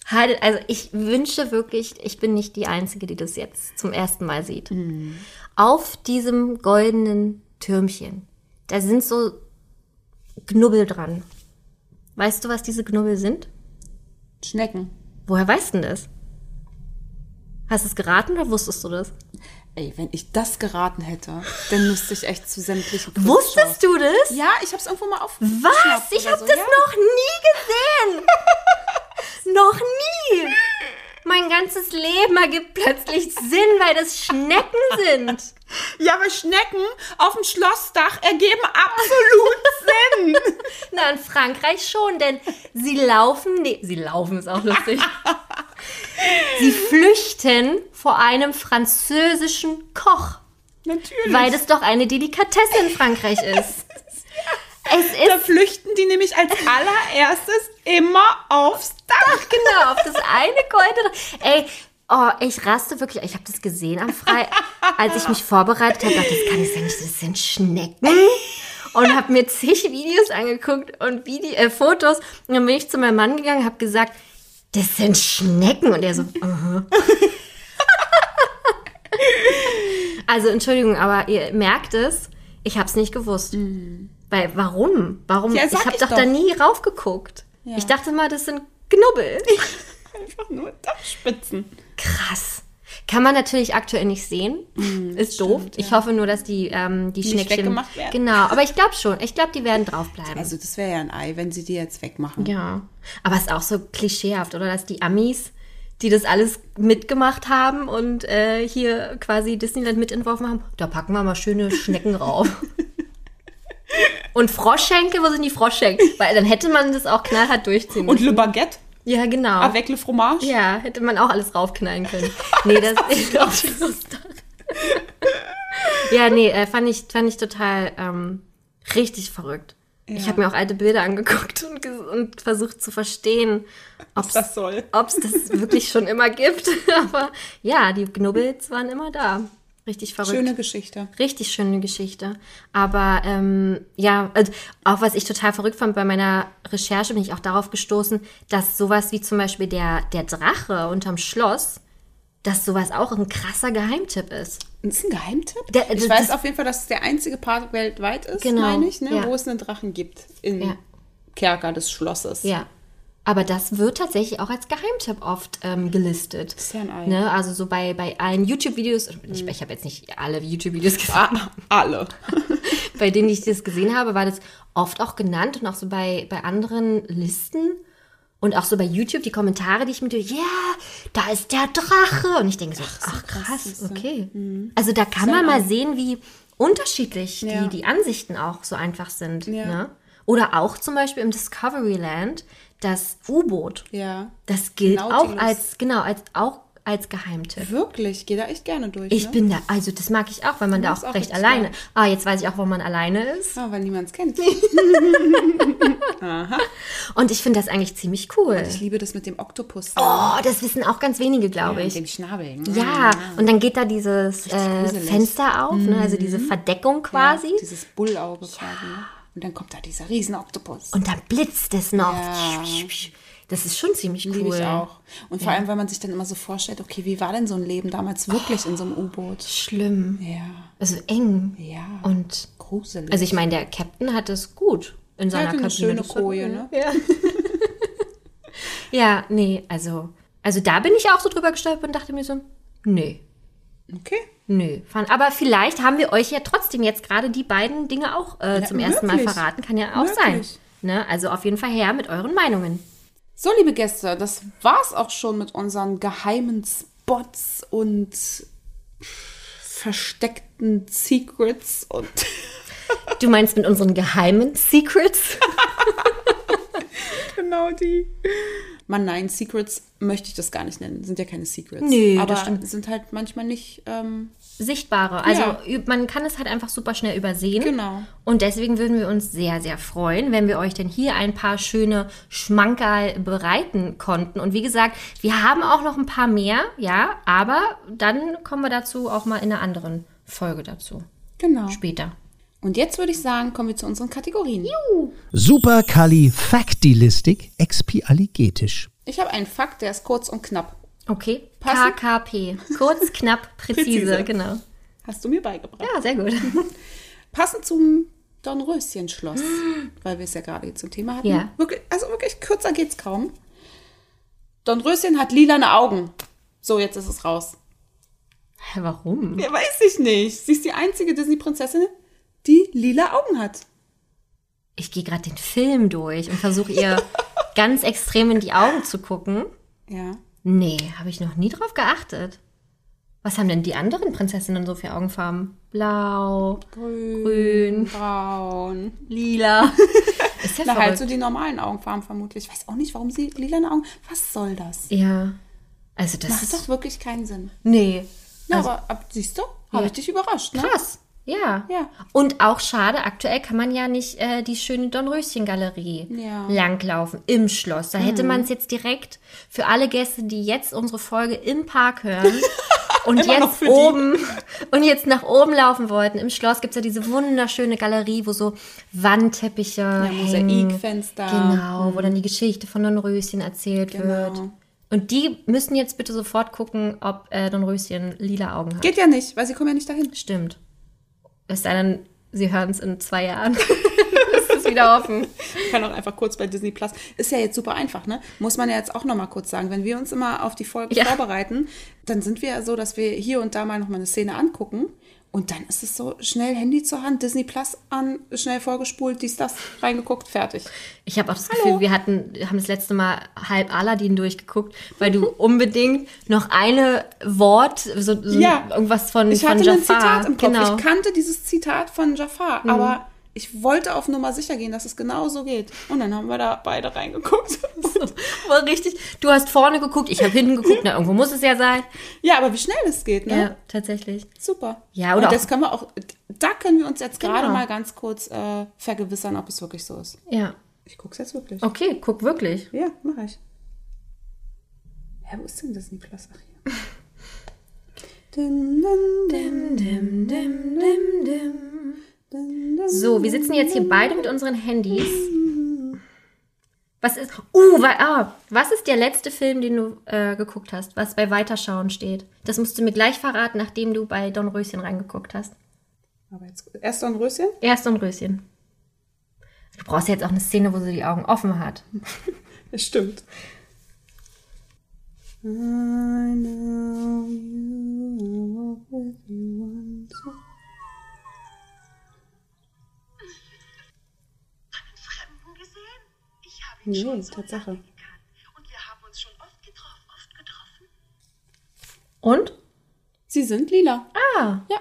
haltet, also ich wünsche wirklich, ich bin nicht die Einzige, die das jetzt zum ersten Mal sieht. Auf diesem goldenen Türmchen, da sind so Knubbel dran. Weißt du, was diese Knubbel sind?
Schnecken.
Woher weißt du denn das? Hast du es geraten oder wusstest du das?
Ey, wenn ich das geraten hätte, dann müsste ich echt zu sämtlichen Quiz
Wusstest du das?
Ja, ich hab's irgendwo mal auf.
Was?
geschnappt
Ich
oder
habe
so.
das
ja.
noch nie gesehen. noch nie. Mein ganzes Leben ergibt plötzlich Sinn, weil das Schnecken sind.
Ja, aber Schnecken auf dem Schlossdach ergeben absolut Sinn.
Na, in Frankreich schon, denn sie laufen, nee, sie laufen ist auch lustig. Sie flüchten vor einem französischen Koch,
Natürlich.
weil das doch eine Delikatesse in Frankreich ist. Es ist
da flüchten die nämlich als allererstes immer aufs Dach.
genau, auf das eine goldene. Ey, oh, ich raste wirklich. Ich habe das gesehen am Freitag, als ich mich vorbereitet habe. dachte, Das kann nicht sein, das sind Schnecken. Und habe mir zig Videos angeguckt und Vide äh, Fotos. Und dann bin ich zu meinem Mann gegangen, habe gesagt, das sind Schnecken. Und er so, aha. also Entschuldigung, aber ihr merkt es, ich habe es nicht gewusst. Weil warum? Warum?
Mhm. Ja, sag
ich habe
ich
doch,
doch.
da nie raufgeguckt.
Ja.
Ich dachte mal, das sind Knubbel.
Einfach nur Dachspitzen.
Krass. Kann man natürlich aktuell nicht sehen.
Mhm,
ist doof. Ich hoffe nur, dass die, ähm, die Schneckchen.
weggemacht werden.
Genau, aber ich glaube schon. Ich glaube, die werden draufbleiben.
Also das wäre ja ein Ei, wenn sie die jetzt wegmachen.
ja. Aber ist auch so klischeehaft, oder? Dass die Amis, die das alles mitgemacht haben und äh, hier quasi Disneyland mitentworfen haben, da packen wir mal schöne Schnecken rauf. Und Froschschenke, wo sind die Froschschenke? Weil dann hätte man das auch knallhart durchziehen
Und
müssen.
Le Baguette
ja, genau.
avec le fromage.
Ja, hätte man auch alles raufknallen können. Nee, das ist auch Schlussdach. ja, nee, äh, fand ich, fand ich total ähm, richtig verrückt. Ich habe mir auch alte Bilder angeguckt und, ges- und versucht zu verstehen, ob es
das soll.
das wirklich schon immer gibt. Aber ja, die Knubbels waren immer da. Richtig verrückt.
Schöne Geschichte.
Richtig schöne Geschichte. Aber ähm, ja, also auch was ich total verrückt fand bei meiner Recherche, bin ich auch darauf gestoßen, dass sowas wie zum Beispiel der, der Drache unterm Schloss, dass sowas auch ein krasser Geheimtipp ist.
Ist ein Geheimtipp?
Der-
ich
das-
weiß
das-
auf jeden Fall, dass es der einzige Park weltweit ist,
Genau,
meine ich, ne,
ja.
wo es einen Drachen gibt. Im
Ja.
Kerker des Schlosses.
Ja. Aber das wird tatsächlich auch als Geheimtipp oft ähm, gelistet.
Ist ja ein Ei.
ne? Also so bei, bei allen YouTube-Videos, ich, ich habe jetzt nicht alle YouTube-Videos gesehen,
Ah, alle.
bei denen ich das gesehen habe, war das oft auch genannt und auch so bei, bei anderen Listen und auch so bei YouTube die Kommentare, die ich mit, ja, da ist der Drache. Und ich denke so, ach krass, okay. Also da kann man mal sehen, wie unterschiedlich
Mhm. Ja.
die, die Ansichten auch so einfach sind.
Ja.
Ne? Oder auch zum Beispiel im Discoveryland das U-Boot.
Ja.
Das gilt auch
Nautilus.
als, genau, als auch als Geheimtipp.
Wirklich, gehe da echt gerne durch.
Ich
ne?
bin da, also das mag ich auch, weil man da
das
auch
auch
recht
richtig
alleine.
geil.
Ah, jetzt weiß ich auch, warum man alleine ist.
Ja, Ah, weil niemand es kennt.
Und ich finde das eigentlich ziemlich cool.
Ich liebe das mit dem Oktopus.
Oh, das wissen auch ganz wenige, glaube
mit
ich.
dem Schnabel.
Ja, und dann geht da dieses äh,
Ah. gruselig. Mhm.
Fenster auf, ne? also diese Verdeckung quasi.
Dieses Bullauge quasi. Ne? Und dann kommt da dieser riesen Oktopus.
und dann blitzt es noch.
Ja.
Das ist schon ziemlich cool.
Liebe ich auch. Und vor allem, weil man sich dann immer so vorstellt, okay, wie war denn so ein Leben damals wirklich in so einem U-Boot?
Schlimm.
Ja,
Also eng.
ja.
Und
gruselig.
also ich meine, der Captain hat es gut in seiner
hatte eine
Kabine.
schöne
Das hat-
Koje, ne?
Ja. ja, nee, also, also da bin ich auch so drüber gestolpert und dachte mir so, nee.
okay.
Nö, fun. aber vielleicht haben wir euch ja trotzdem jetzt gerade die beiden Dinge auch äh,
Ja,
zum ersten Mal
möglich.
verraten. Kann ja auch
Möglich.
sein. Ne? Also auf jeden Fall her mit euren Meinungen.
So, liebe Gäste, das war's auch schon mit unseren geheimen Spots und versteckten Secrets und
Du meinst mit unseren geheimen Secrets?
genau die. Mann, nein, Secrets möchte ich das gar nicht nennen. Sind ja keine Secrets.
Nee, das
aber
stimmt.
sind halt manchmal nicht. Ähm,
Sichtbare. Also
Ja.
ü- man kann es halt einfach super schnell übersehen.
Genau.
Und deswegen würden wir uns sehr, sehr freuen, wenn wir euch denn hier ein paar schöne Schmankerl bereiten konnten. Und wie gesagt, wir haben auch noch ein paar mehr, ja, aber dann kommen wir dazu auch mal in einer anderen Folge dazu.
genau.
Später.
Und jetzt würde ich sagen, kommen wir zu unseren Kategorien.
Super Kali Factilistik expialigetisch.
Ich habe einen Fakt, der ist kurz und knapp.
Okay.
Passend?
KKP. Kurz, knapp, präzise,
Präzise.
genau.
Hast du mir beigebracht.
Ja, sehr gut.
Passend zum Dornröschen-Schloss, weil wir es ja gerade jetzt zum Thema hatten.
Ja.
Wirklich, also wirklich kürzer geht's kaum. Dornröschen hat lilane Augen. So, jetzt ist es raus.
Hä, Warum?
Ja, weiß ich nicht. Sie ist die einzige Disney-Prinzessin, die lila Augen hat.
Ich gehe gerade den Film durch und versuche ihr ganz extrem in die Augen zu gucken.
Ja.
Nee, habe ich noch nie drauf geachtet. Was haben denn die anderen Prinzessinnen so für Augenfarben? Blau,
Grün,
grün,
braun.
lila. Ist ja
Na, halt so
verrückt.
die normalen Augenfarben vermutlich. Ich weiß auch nicht, warum sie lilane Augen. Was soll das?
Ja. Also das
Macht
ist
doch wirklich keinen Sinn.
Nee.
Na, aber, ab- siehst du, habe ich dich überrascht, ne?
Also Krass. Ja.
Ja.
Und auch schade, aktuell kann man ja nicht äh, die schöne Dornröschen-Galerie
Ja. Mhm.
langlaufen im Schloss. Da hätte man es jetzt direkt für alle Gäste, die jetzt unsere Folge im Park hören und
noch
jetzt
für die.
oben und jetzt nach oben laufen wollten. Im Schloss gibt es ja diese wunderschöne Galerie, wo so Wandteppiche, hängen.
Mosaikfenster.
Genau, wo dann die Geschichte von Dornröschen erzählt wird.
Mhm. Genau.
Und die müssen jetzt bitte sofort gucken, ob äh, Dornröschen lila Augen hat.
Geht ja nicht, weil sie kommen ja nicht dahin.
Stimmt. Es sei denn, sie hören es in zwei Jahren. ist es wieder offen.
kann auch einfach kurz bei Disney Plus. Ist ja jetzt super einfach, ne? Muss man ja jetzt auch nochmal kurz sagen. Wenn wir uns immer auf die Folgen
Ja.
vorbereiten, dann sind wir so, dass wir hier und da mal nochmal eine Szene angucken. Und dann ist es so, schnell Handy zur Hand, Disney Plus an, schnell vorgespult, dies, das, reingeguckt, fertig.
Ich habe auch das Gefühl, wir hatten, haben das letzte Mal halb Aladdin durchgeguckt, weil du unbedingt noch eine Wort, so, so
Ja.
Hm. irgendwas von,
Ich
von
hatte ein
Jafar.
Zitat im Kopf.
Genau. Mhm.
Ich kannte dieses Zitat von Jafar, aber ich wollte auf Nummer sicher gehen, dass es genau so geht. Und dann haben wir da beide reingeguckt.
War richtig. Du hast vorne geguckt, ich habe hinten geguckt. Na, irgendwo muss es ja sein.
ja, aber wie schnell es geht, ne?
Ja, tatsächlich.
Super.
Ja, oder
Und
auch-
das können wir auch, da können wir uns jetzt gerade
Genau.
mal ganz kurz äh, vergewissern, ob es wirklich so ist.
Ja.
Ich guck's jetzt wirklich.
Okay, guck wirklich.
Ja, mache ich. Hä, wo ist denn das Niklas? Ach hier. Dun, dun, dun, dun, dun.
So, wir sitzen jetzt hier beide mit unseren Handys. Was ist. Uh, wa, ah, was ist der letzte Film, den du äh, geguckt hast, was bei Weiterschauen steht? Das musst du mir gleich verraten, nachdem du bei Don Röschen reingeguckt hast.
Aber jetzt erst noch ein Röschen.
Erst Don Röschen. Du brauchst ja jetzt auch eine Szene, wo sie die Augen offen hat.
Das stimmt. I know you are what you want to
Einen Fremden gesehen? Ich habe ihn
Nee,
schon so
Tatsache.
lange gekannt. Und wir haben uns schon oft getroffen, oft getroffen.
Und?
Sie sind lila.
Ah,
Ja,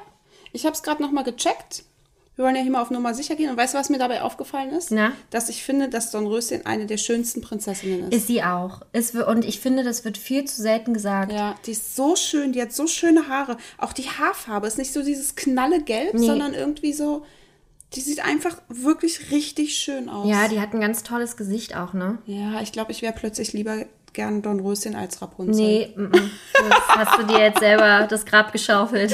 ich habe es gerade nochmal gecheckt. Wir wollen ja hier mal auf Nummer sicher gehen. Und weißt du, was mir dabei aufgefallen ist?
Na?
Dass ich finde, dass Dornröschen eine der schönsten Prinzessinnen ist.
Ist sie auch. Ist, wir- und ich finde, das wird viel zu selten gesagt.
Ja, die ist so schön, die hat so schöne Haare. Auch die Haarfarbe ist nicht so dieses knalle Gelb,
Nee.
sondern irgendwie so. Die sieht einfach wirklich richtig schön aus.
Ja, die hat ein ganz tolles Gesicht auch, ne?
Ja, ich glaube, ich wäre plötzlich lieber gern Dornröschen als Rapunzel.
Nee, mm, mm. das hast du dir jetzt selber das Grab geschaufelt.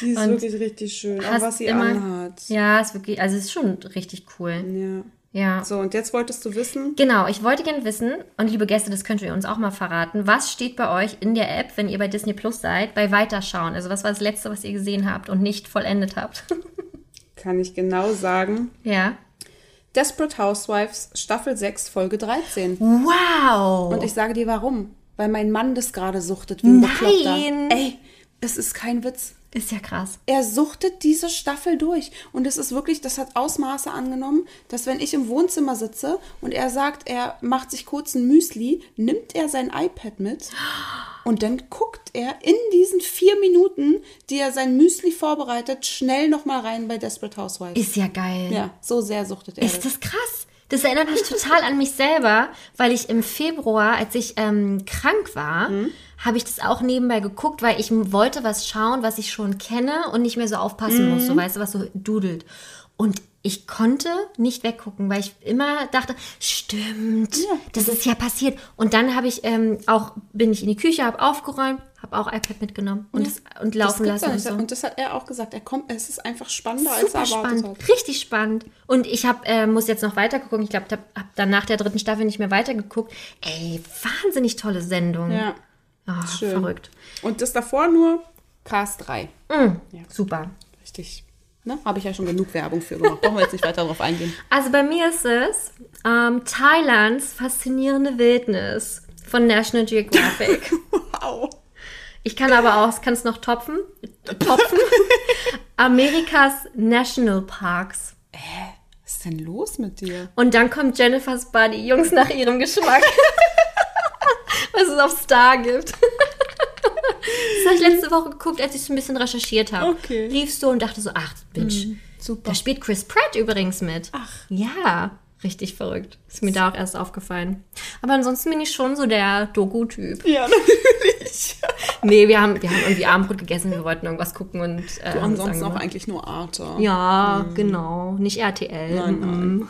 die ist wirklich richtig schön. Auch
Hast
Äh, was sie
immer-
anhat.
Ja, ist wirklich, also ist schon richtig cool.
Ja.
Ja.
So, und jetzt wolltest du wissen,
Genau, ich wollte gerne wissen, und liebe Gäste, das könnt ihr uns auch mal verraten, was steht bei euch in der App, wenn ihr bei Disney Plus seid, bei Weiterschauen? Also was war das Letzte, was ihr gesehen habt und nicht vollendet habt?
kann ich genau sagen.
ja.
Desperate Housewives, Staffel 6, Folge 13.
Wow!
Und ich sage dir warum. Weil mein Mann das gerade suchtet wie ein
Nein!
Bekloppter. Ey, es ist kein Witz.
ist ja krass.
Er suchtet diese Staffel durch. Und es ist wirklich, das hat Ausmaße angenommen, dass wenn ich im Wohnzimmer sitze und er sagt, er macht sich kurz ein Müsli, nimmt er sein iPad mit und dann guckt er in diesen vier Minuten, die er sein Müsli vorbereitet, schnell nochmal rein bei Desperate Housewives.
Ist ja geil.
ja, so sehr suchtet er.
Ist das krass? Das erinnert mich total an mich selber, weil ich im Februar, als ich ähm, krank war, habe ich das auch nebenbei geguckt, weil ich m- wollte was schauen, was ich schon kenne und nicht mehr so aufpassen muss, so weißt du, was so dudelt. Und ich konnte nicht weggucken, weil ich immer dachte, stimmt, das ist ja passiert. Und dann habe ich ähm, auch bin ich in die Küche, habe aufgeräumt, habe auch iPad mitgenommen und, das, und laufen
gibt's doch
lassen. Und
nicht.
so.
Und das hat er auch gesagt. Er kommt, es ist einfach spannender, als er
Super
erwartet
spannend,
hat.
richtig spannend. Und ich hab, äh, muss jetzt noch weiter gucken. Ich glaube, ich habe hab dann nach der dritten Staffel nicht mehr weitergeguckt. Ey, wahnsinnig tolle Sendung.
Ja.
Ah,
schön.
Verrückt.
Und das davor nur Cars 3.
Super.
Richtig. Ne? Habe ich ja schon genug Werbung für gemacht. Brauchen wir jetzt nicht weiter darauf eingehen.
Also bei mir ist es ähm, Thailands faszinierende Wildnis von National Geographic.
Wow.
ich kann aber auch, kann es noch topfen. Topfen. Amerikas National Parks.
Was ist denn los mit dir?
Und dann kommt Jennifer's Buddy, Jungs nach ihrem Geschmack. Was es auf Star gibt. Das habe ich letzte Woche geguckt, als ich so ein bisschen recherchiert habe.
Okay.
Lief so und dachte so, ach, Bitch.
Super.
Da spielt Chris Pratt übrigens mit.
Ach.
Ja, richtig verrückt. Ist mir da auch erst aufgefallen. Aber ansonsten bin ich schon so der Doku-Typ.
Ja, natürlich.
Nee, wir haben, wir haben irgendwie Abendbrot gegessen, wir wollten irgendwas gucken und. Äh, haben uns
Ansonsten auch
angemacht.
eigentlich nur Arte.
Ja, genau. Nicht RTL.
Nein, nein.
mhm.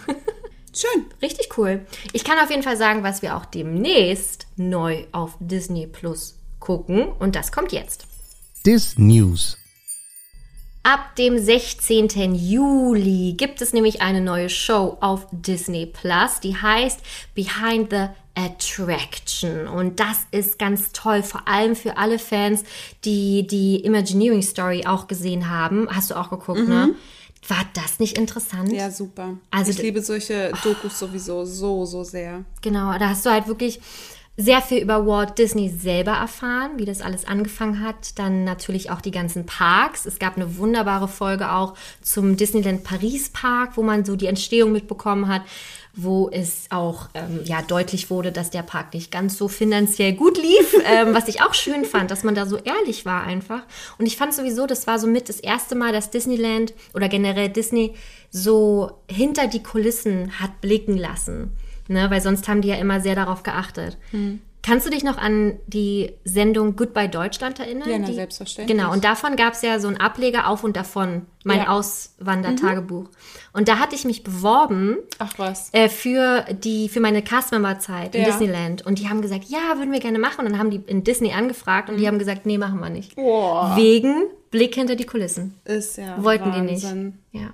Schön.
Richtig cool. Ich kann auf jeden Fall sagen, was wir auch demnächst neu auf Disney Plus gucken. Und das kommt jetzt.
Dis News.
Ab dem 16. Juli gibt es nämlich eine neue Show auf Disney Plus, die heißt Behind the Attraction. Und das ist ganz toll, vor allem für alle Fans, die die Imagineering Story auch gesehen haben. Hast du auch geguckt, ne? War das nicht interessant?
Ja, super.
Also
ich
d-
liebe solche Dokus sowieso so, so sehr.
Genau, da hast du halt wirklich sehr viel über Walt Disney selber erfahren, wie das alles angefangen hat. Dann natürlich auch die ganzen Parks. Es gab eine wunderbare Folge auch zum Disneyland Paris Park, wo man so die Entstehung mitbekommen hat, wo es auch ähm, ja deutlich wurde, dass der Park nicht ganz so finanziell gut lief, ähm, was ich auch schön fand, dass man da so ehrlich war einfach. Und ich fand sowieso, das war somit das erste Mal, dass Disneyland oder generell Disney so hinter die Kulissen hat blicken lassen. Ne, weil sonst haben die ja immer sehr darauf geachtet.
Hm.
Kannst du dich noch an die Sendung Goodbye Deutschland erinnern?
Ja, na,
die,
selbstverständlich.
Genau, und davon gab es ja so einen Ableger auf und davon, mein
Ja. Mhm.
Auswandertagebuch. Und da hatte ich mich beworben
Ach was.
äh, für die für meine Castmember-Zeit in
Ja.
Disneyland und die haben gesagt, ja, würden wir gerne machen. Und dann haben die in Disney angefragt und die haben gesagt, nee, machen wir nicht.
Mhm. Boah.
Wegen Blick hinter die Kulissen.
Ist ja.
Wollten
Wahnsinn.
die nicht. Ja.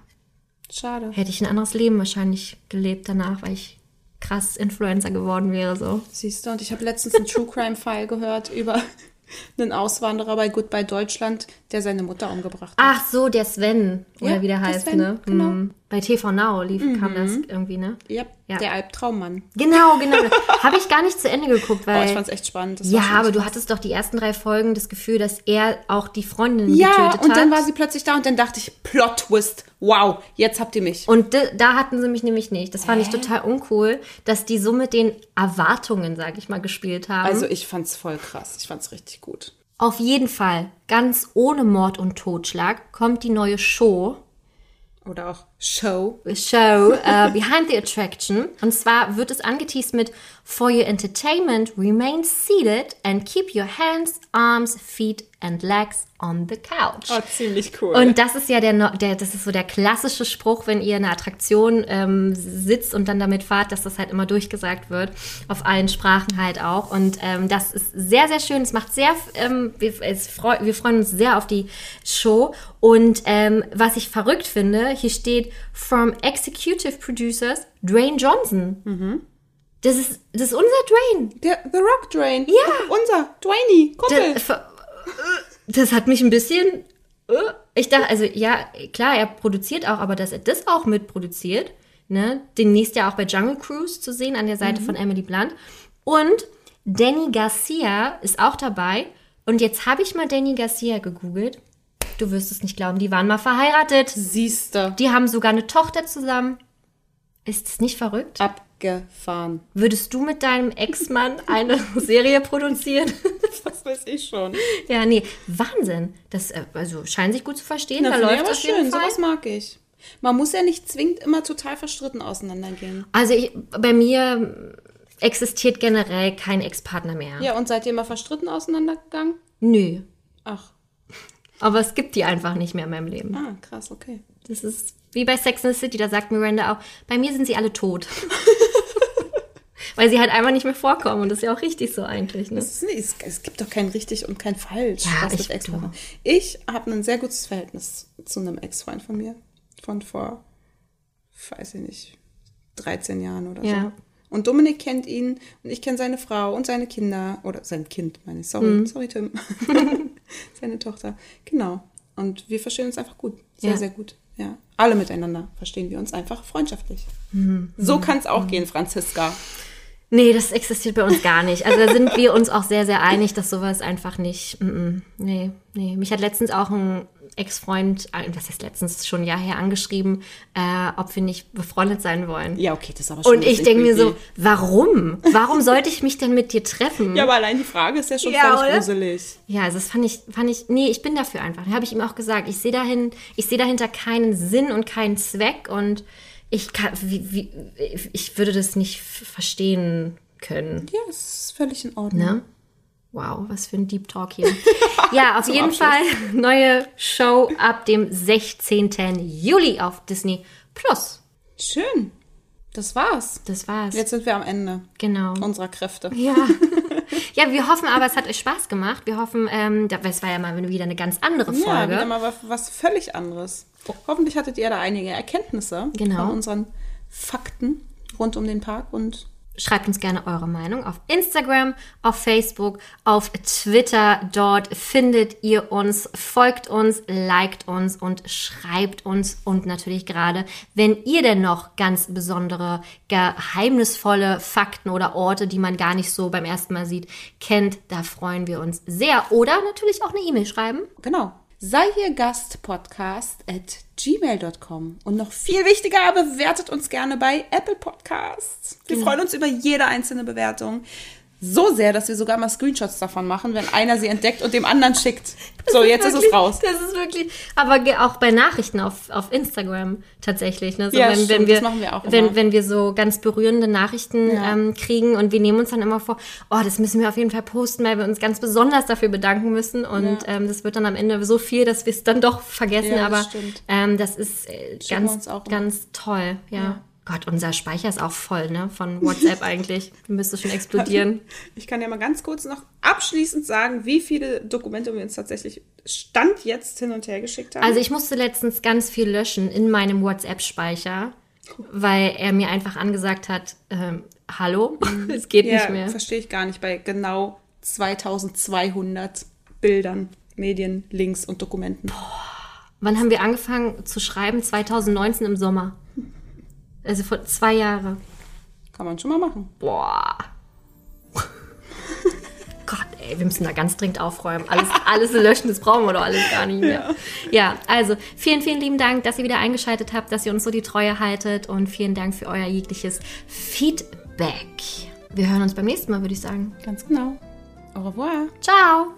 Schade.
Hätte ich ein anderes Leben wahrscheinlich gelebt danach, weil ich krass Influencer geworden wäre so.
Siehst du, und ich habe letztens einen True Crime Fall gehört über einen Auswanderer bei Goodbye Deutschland, der seine Mutter umgebracht hat.
Ach so, der Sven, oder
Ja,
wie der
der
heißt,
Sven,
ne?
genau.
Mm. Bei TV Now lief, kam das irgendwie, ne?
Ja,
Ja.
der Albtraummann.
Genau, genau. Habe Oh, ich gar nicht zu Ende geguckt,
Boah,
weil.
ich fand's echt spannend. Das war
ja,
schon
aber du hattest doch die ersten drei Folgen das Gefühl, dass er auch die Freundin
Ja,
getötet
und
hat.
dann war sie plötzlich da und dann dachte ich, Plot Twist. Wow, jetzt habt ihr mich.
Und d- da hatten sie mich nämlich nicht. Das fand ich total uncool, dass die so mit den Erwartungen, sag ich mal, gespielt haben.
Also ich fand's voll krass. Ich fand's richtig gut.
Auf jeden Fall, ganz ohne Mord und Totschlag, kommt die neue Show
Oder auch Show.
Show äh, Behind the Attraction. Und zwar wird es angeteased mit For your entertainment, remain seated and keep your hands, arms, feet and legs on the couch.
Oh, ziemlich cool.
Und das ist ja der, no- der, das ist so der klassische Spruch, wenn ihr in einer Attraktion ähm, sitzt und dann damit fahrt, dass das halt immer durchgesagt wird, auf allen Sprachen halt auch. Und ähm, das ist sehr, sehr schön. Es macht sehr, ähm, wir, es freu, wir freuen uns sehr auf die Show. Und ähm, was ich verrückt finde, hier steht From Executive Producers Dwayne Johnson. Das ist, das ist unser Dwayne.
der The Rock Drain. Ja. Unser Dwayne, Kumpel.
Das, ver- äh, das hat mich ein bisschen. äh, Ich dachte, also ja, klar, er produziert auch, aber dass er das auch mitproduziert, ne? Demnächst ja auch bei Jungle Cruise zu sehen an der Seite von Emily Blunt. Und Danny Garcia ist auch dabei. Und jetzt habe ich mal Danny Garcia gegoogelt. Du wirst es nicht glauben, die waren mal verheiratet.
Siehste.
Die haben sogar eine Tochter zusammen. Ist das nicht verrückt?
Abgefahren.
Würdest du mit deinem Ex-Mann eine Serie produzieren?
Das weiß ich schon.
Ja, nee, Wahnsinn. Das äh, also scheinen sich gut zu verstehen.
Na,
da
finde ich
läuft
aber
auf jeden
schön.
Fall.
Sowas mag ich. Man muss ja nicht zwingend immer total verstritten auseinandergehen.
Also ich, bei mir existiert generell kein Ex-Partner mehr.
Ja, und seid ihr mal verstritten auseinandergegangen?
Nö.
Ach,
Aber es gibt die einfach nicht mehr in meinem Leben.
ah, krass, okay.
Das ist wie bei Sex in the City, da sagt Miranda auch, bei mir sind sie alle tot. Weil sie halt einfach nicht mehr vorkommen und das ist ja auch richtig so eigentlich. Ne?
Es, ist nicht- es, es gibt doch kein richtig und kein falsch.
Ja,
was
ich-
das Ex-Partner- ich habe ein sehr gutes Verhältnis zu einem Ex-Freund von mir. Von vor, weiß ich nicht, 13 Jahren oder
Ja.
so. Und Dominik kennt ihn und ich kenne seine Frau und seine Kinder. Oder sein Kind, meine ich. Sorry,
Mhm.
sorry, Tim. seine Tochter. Genau. Und wir verstehen uns einfach gut. Sehr,
Ja.
sehr gut. Ja. Alle miteinander verstehen wir uns einfach freundschaftlich.
Mhm.
So kann es auch gehen, Franziska.
Nee, das existiert bei uns gar nicht. Also da sind wir uns auch sehr, sehr einig, dass sowas einfach nicht. Mm -mm, nee, nee. Mich hat letztens auch ein Ex-Freund, äh, was heißt letztens das ist schon ein Jahr her, angeschrieben, äh, ob wir nicht befreundet sein wollen.
Ja, okay, das ist aber schon
Und ich
richtig
denke mir so,
creepy.
warum? Warum sollte ich mich denn mit dir treffen?
Ja, aber allein die Frage ist Hm? ja schon
Ja,
völlig
oder?
gruselig.
Ja, also das fand ich, fand ich, nee, ich bin dafür einfach. Habe ich ihm auch gesagt, ich sehe dahin, ich sehe dahinter keinen Sinn und keinen Zweck und ich kann, wie, wie, ich würde das nicht f- verstehen können.
Ja, es ist völlig in Ordnung.
Ne? Wow, was für ein Deep Talk hier. ja, auf jeden Fall neue Show ab dem 16. Juli auf Disney Plus.
Schön. Das war's.
Das war's.
Jetzt sind wir am Ende
genau.
unserer Kräfte.
Ja. ja, wir hoffen aber, es hat euch Spaß gemacht. Wir hoffen, ähm, da- weil es war ja mal wieder eine ganz andere
Ja,
Folge.
wieder mal was, was völlig anderes. Hoffentlich hattet ihr da einige Erkenntnisse
Genau.
von unseren Fakten rund um den Park und
Schreibt uns gerne eure Meinung auf Instagram, auf Facebook, auf Twitter. Dort findet ihr uns, folgt uns, liked uns und schreibt uns. Und natürlich gerade, wenn ihr denn noch ganz besondere, geheimnisvolle Fakten oder Orte, die man gar nicht so beim ersten Mal sieht, kennt, da freuen wir uns sehr. Oder natürlich auch eine E-Mail schreiben.
genau. Sei hier Gastpodcast at gmail.com. Und noch viel wichtiger, bewertet uns gerne bei Apple Podcasts. Wir
Genau.
freuen uns über jede einzelne Bewertung. So sehr, dass wir sogar mal Screenshots davon machen, wenn einer sie entdeckt und dem anderen schickt. So, jetzt ist es
Wirklich,
raus.
Das ist wirklich, aber ge- auch bei Nachrichten auf, auf Instagram tatsächlich. Ne? So,
Ja,
wenn, wenn
stimmt,
wir,
das machen wir auch
Wenn,
immer.
wenn wir so ganz berührende Nachrichten
Ja.
ähm, kriegen und wir nehmen uns dann immer vor, oh, das müssen wir auf jeden Fall posten, weil wir uns ganz besonders dafür bedanken müssen. Und ähm, das wird dann am Ende so viel, dass wir es dann doch vergessen.
Ja, das
aber
stimmt.
ähm, das ist äh,
Schicken wir
ganz,
uns auch immer.
ganz toll. Ja. Gott, unser Speicher ist auch voll, ne? Von WhatsApp eigentlich. Müsste schon explodieren.
Ich kann ja mal ganz kurz noch abschließend sagen, wie viele Dokumente wir uns tatsächlich Stand jetzt hin und her geschickt haben.
Also ich musste letztens ganz viel löschen in meinem WhatsApp-Speicher, weil er mir einfach angesagt hat, ähm, hallo, es geht
Mhm. ja,
nicht mehr.
verstehe ich gar nicht bei genau 2200 Bildern, Medien, Links und Dokumenten.
Wann haben wir angefangen zu schreiben? 2019 im Sommer. Also vor zwei Jahre.
Kann man schon mal machen.
Boah. Gott, ey, wir müssen da ganz dringend aufräumen. Alles, alles löschen, das brauchen wir doch alles gar nicht mehr. Ja. also vielen, vielen lieben Dank, dass ihr wieder eingeschaltet habt, dass ihr uns so die Treue haltet und vielen Dank für euer jegliches Feedback. Wir hören uns beim nächsten Mal, würde ich sagen.
Ganz genau. Au revoir.
Ciao!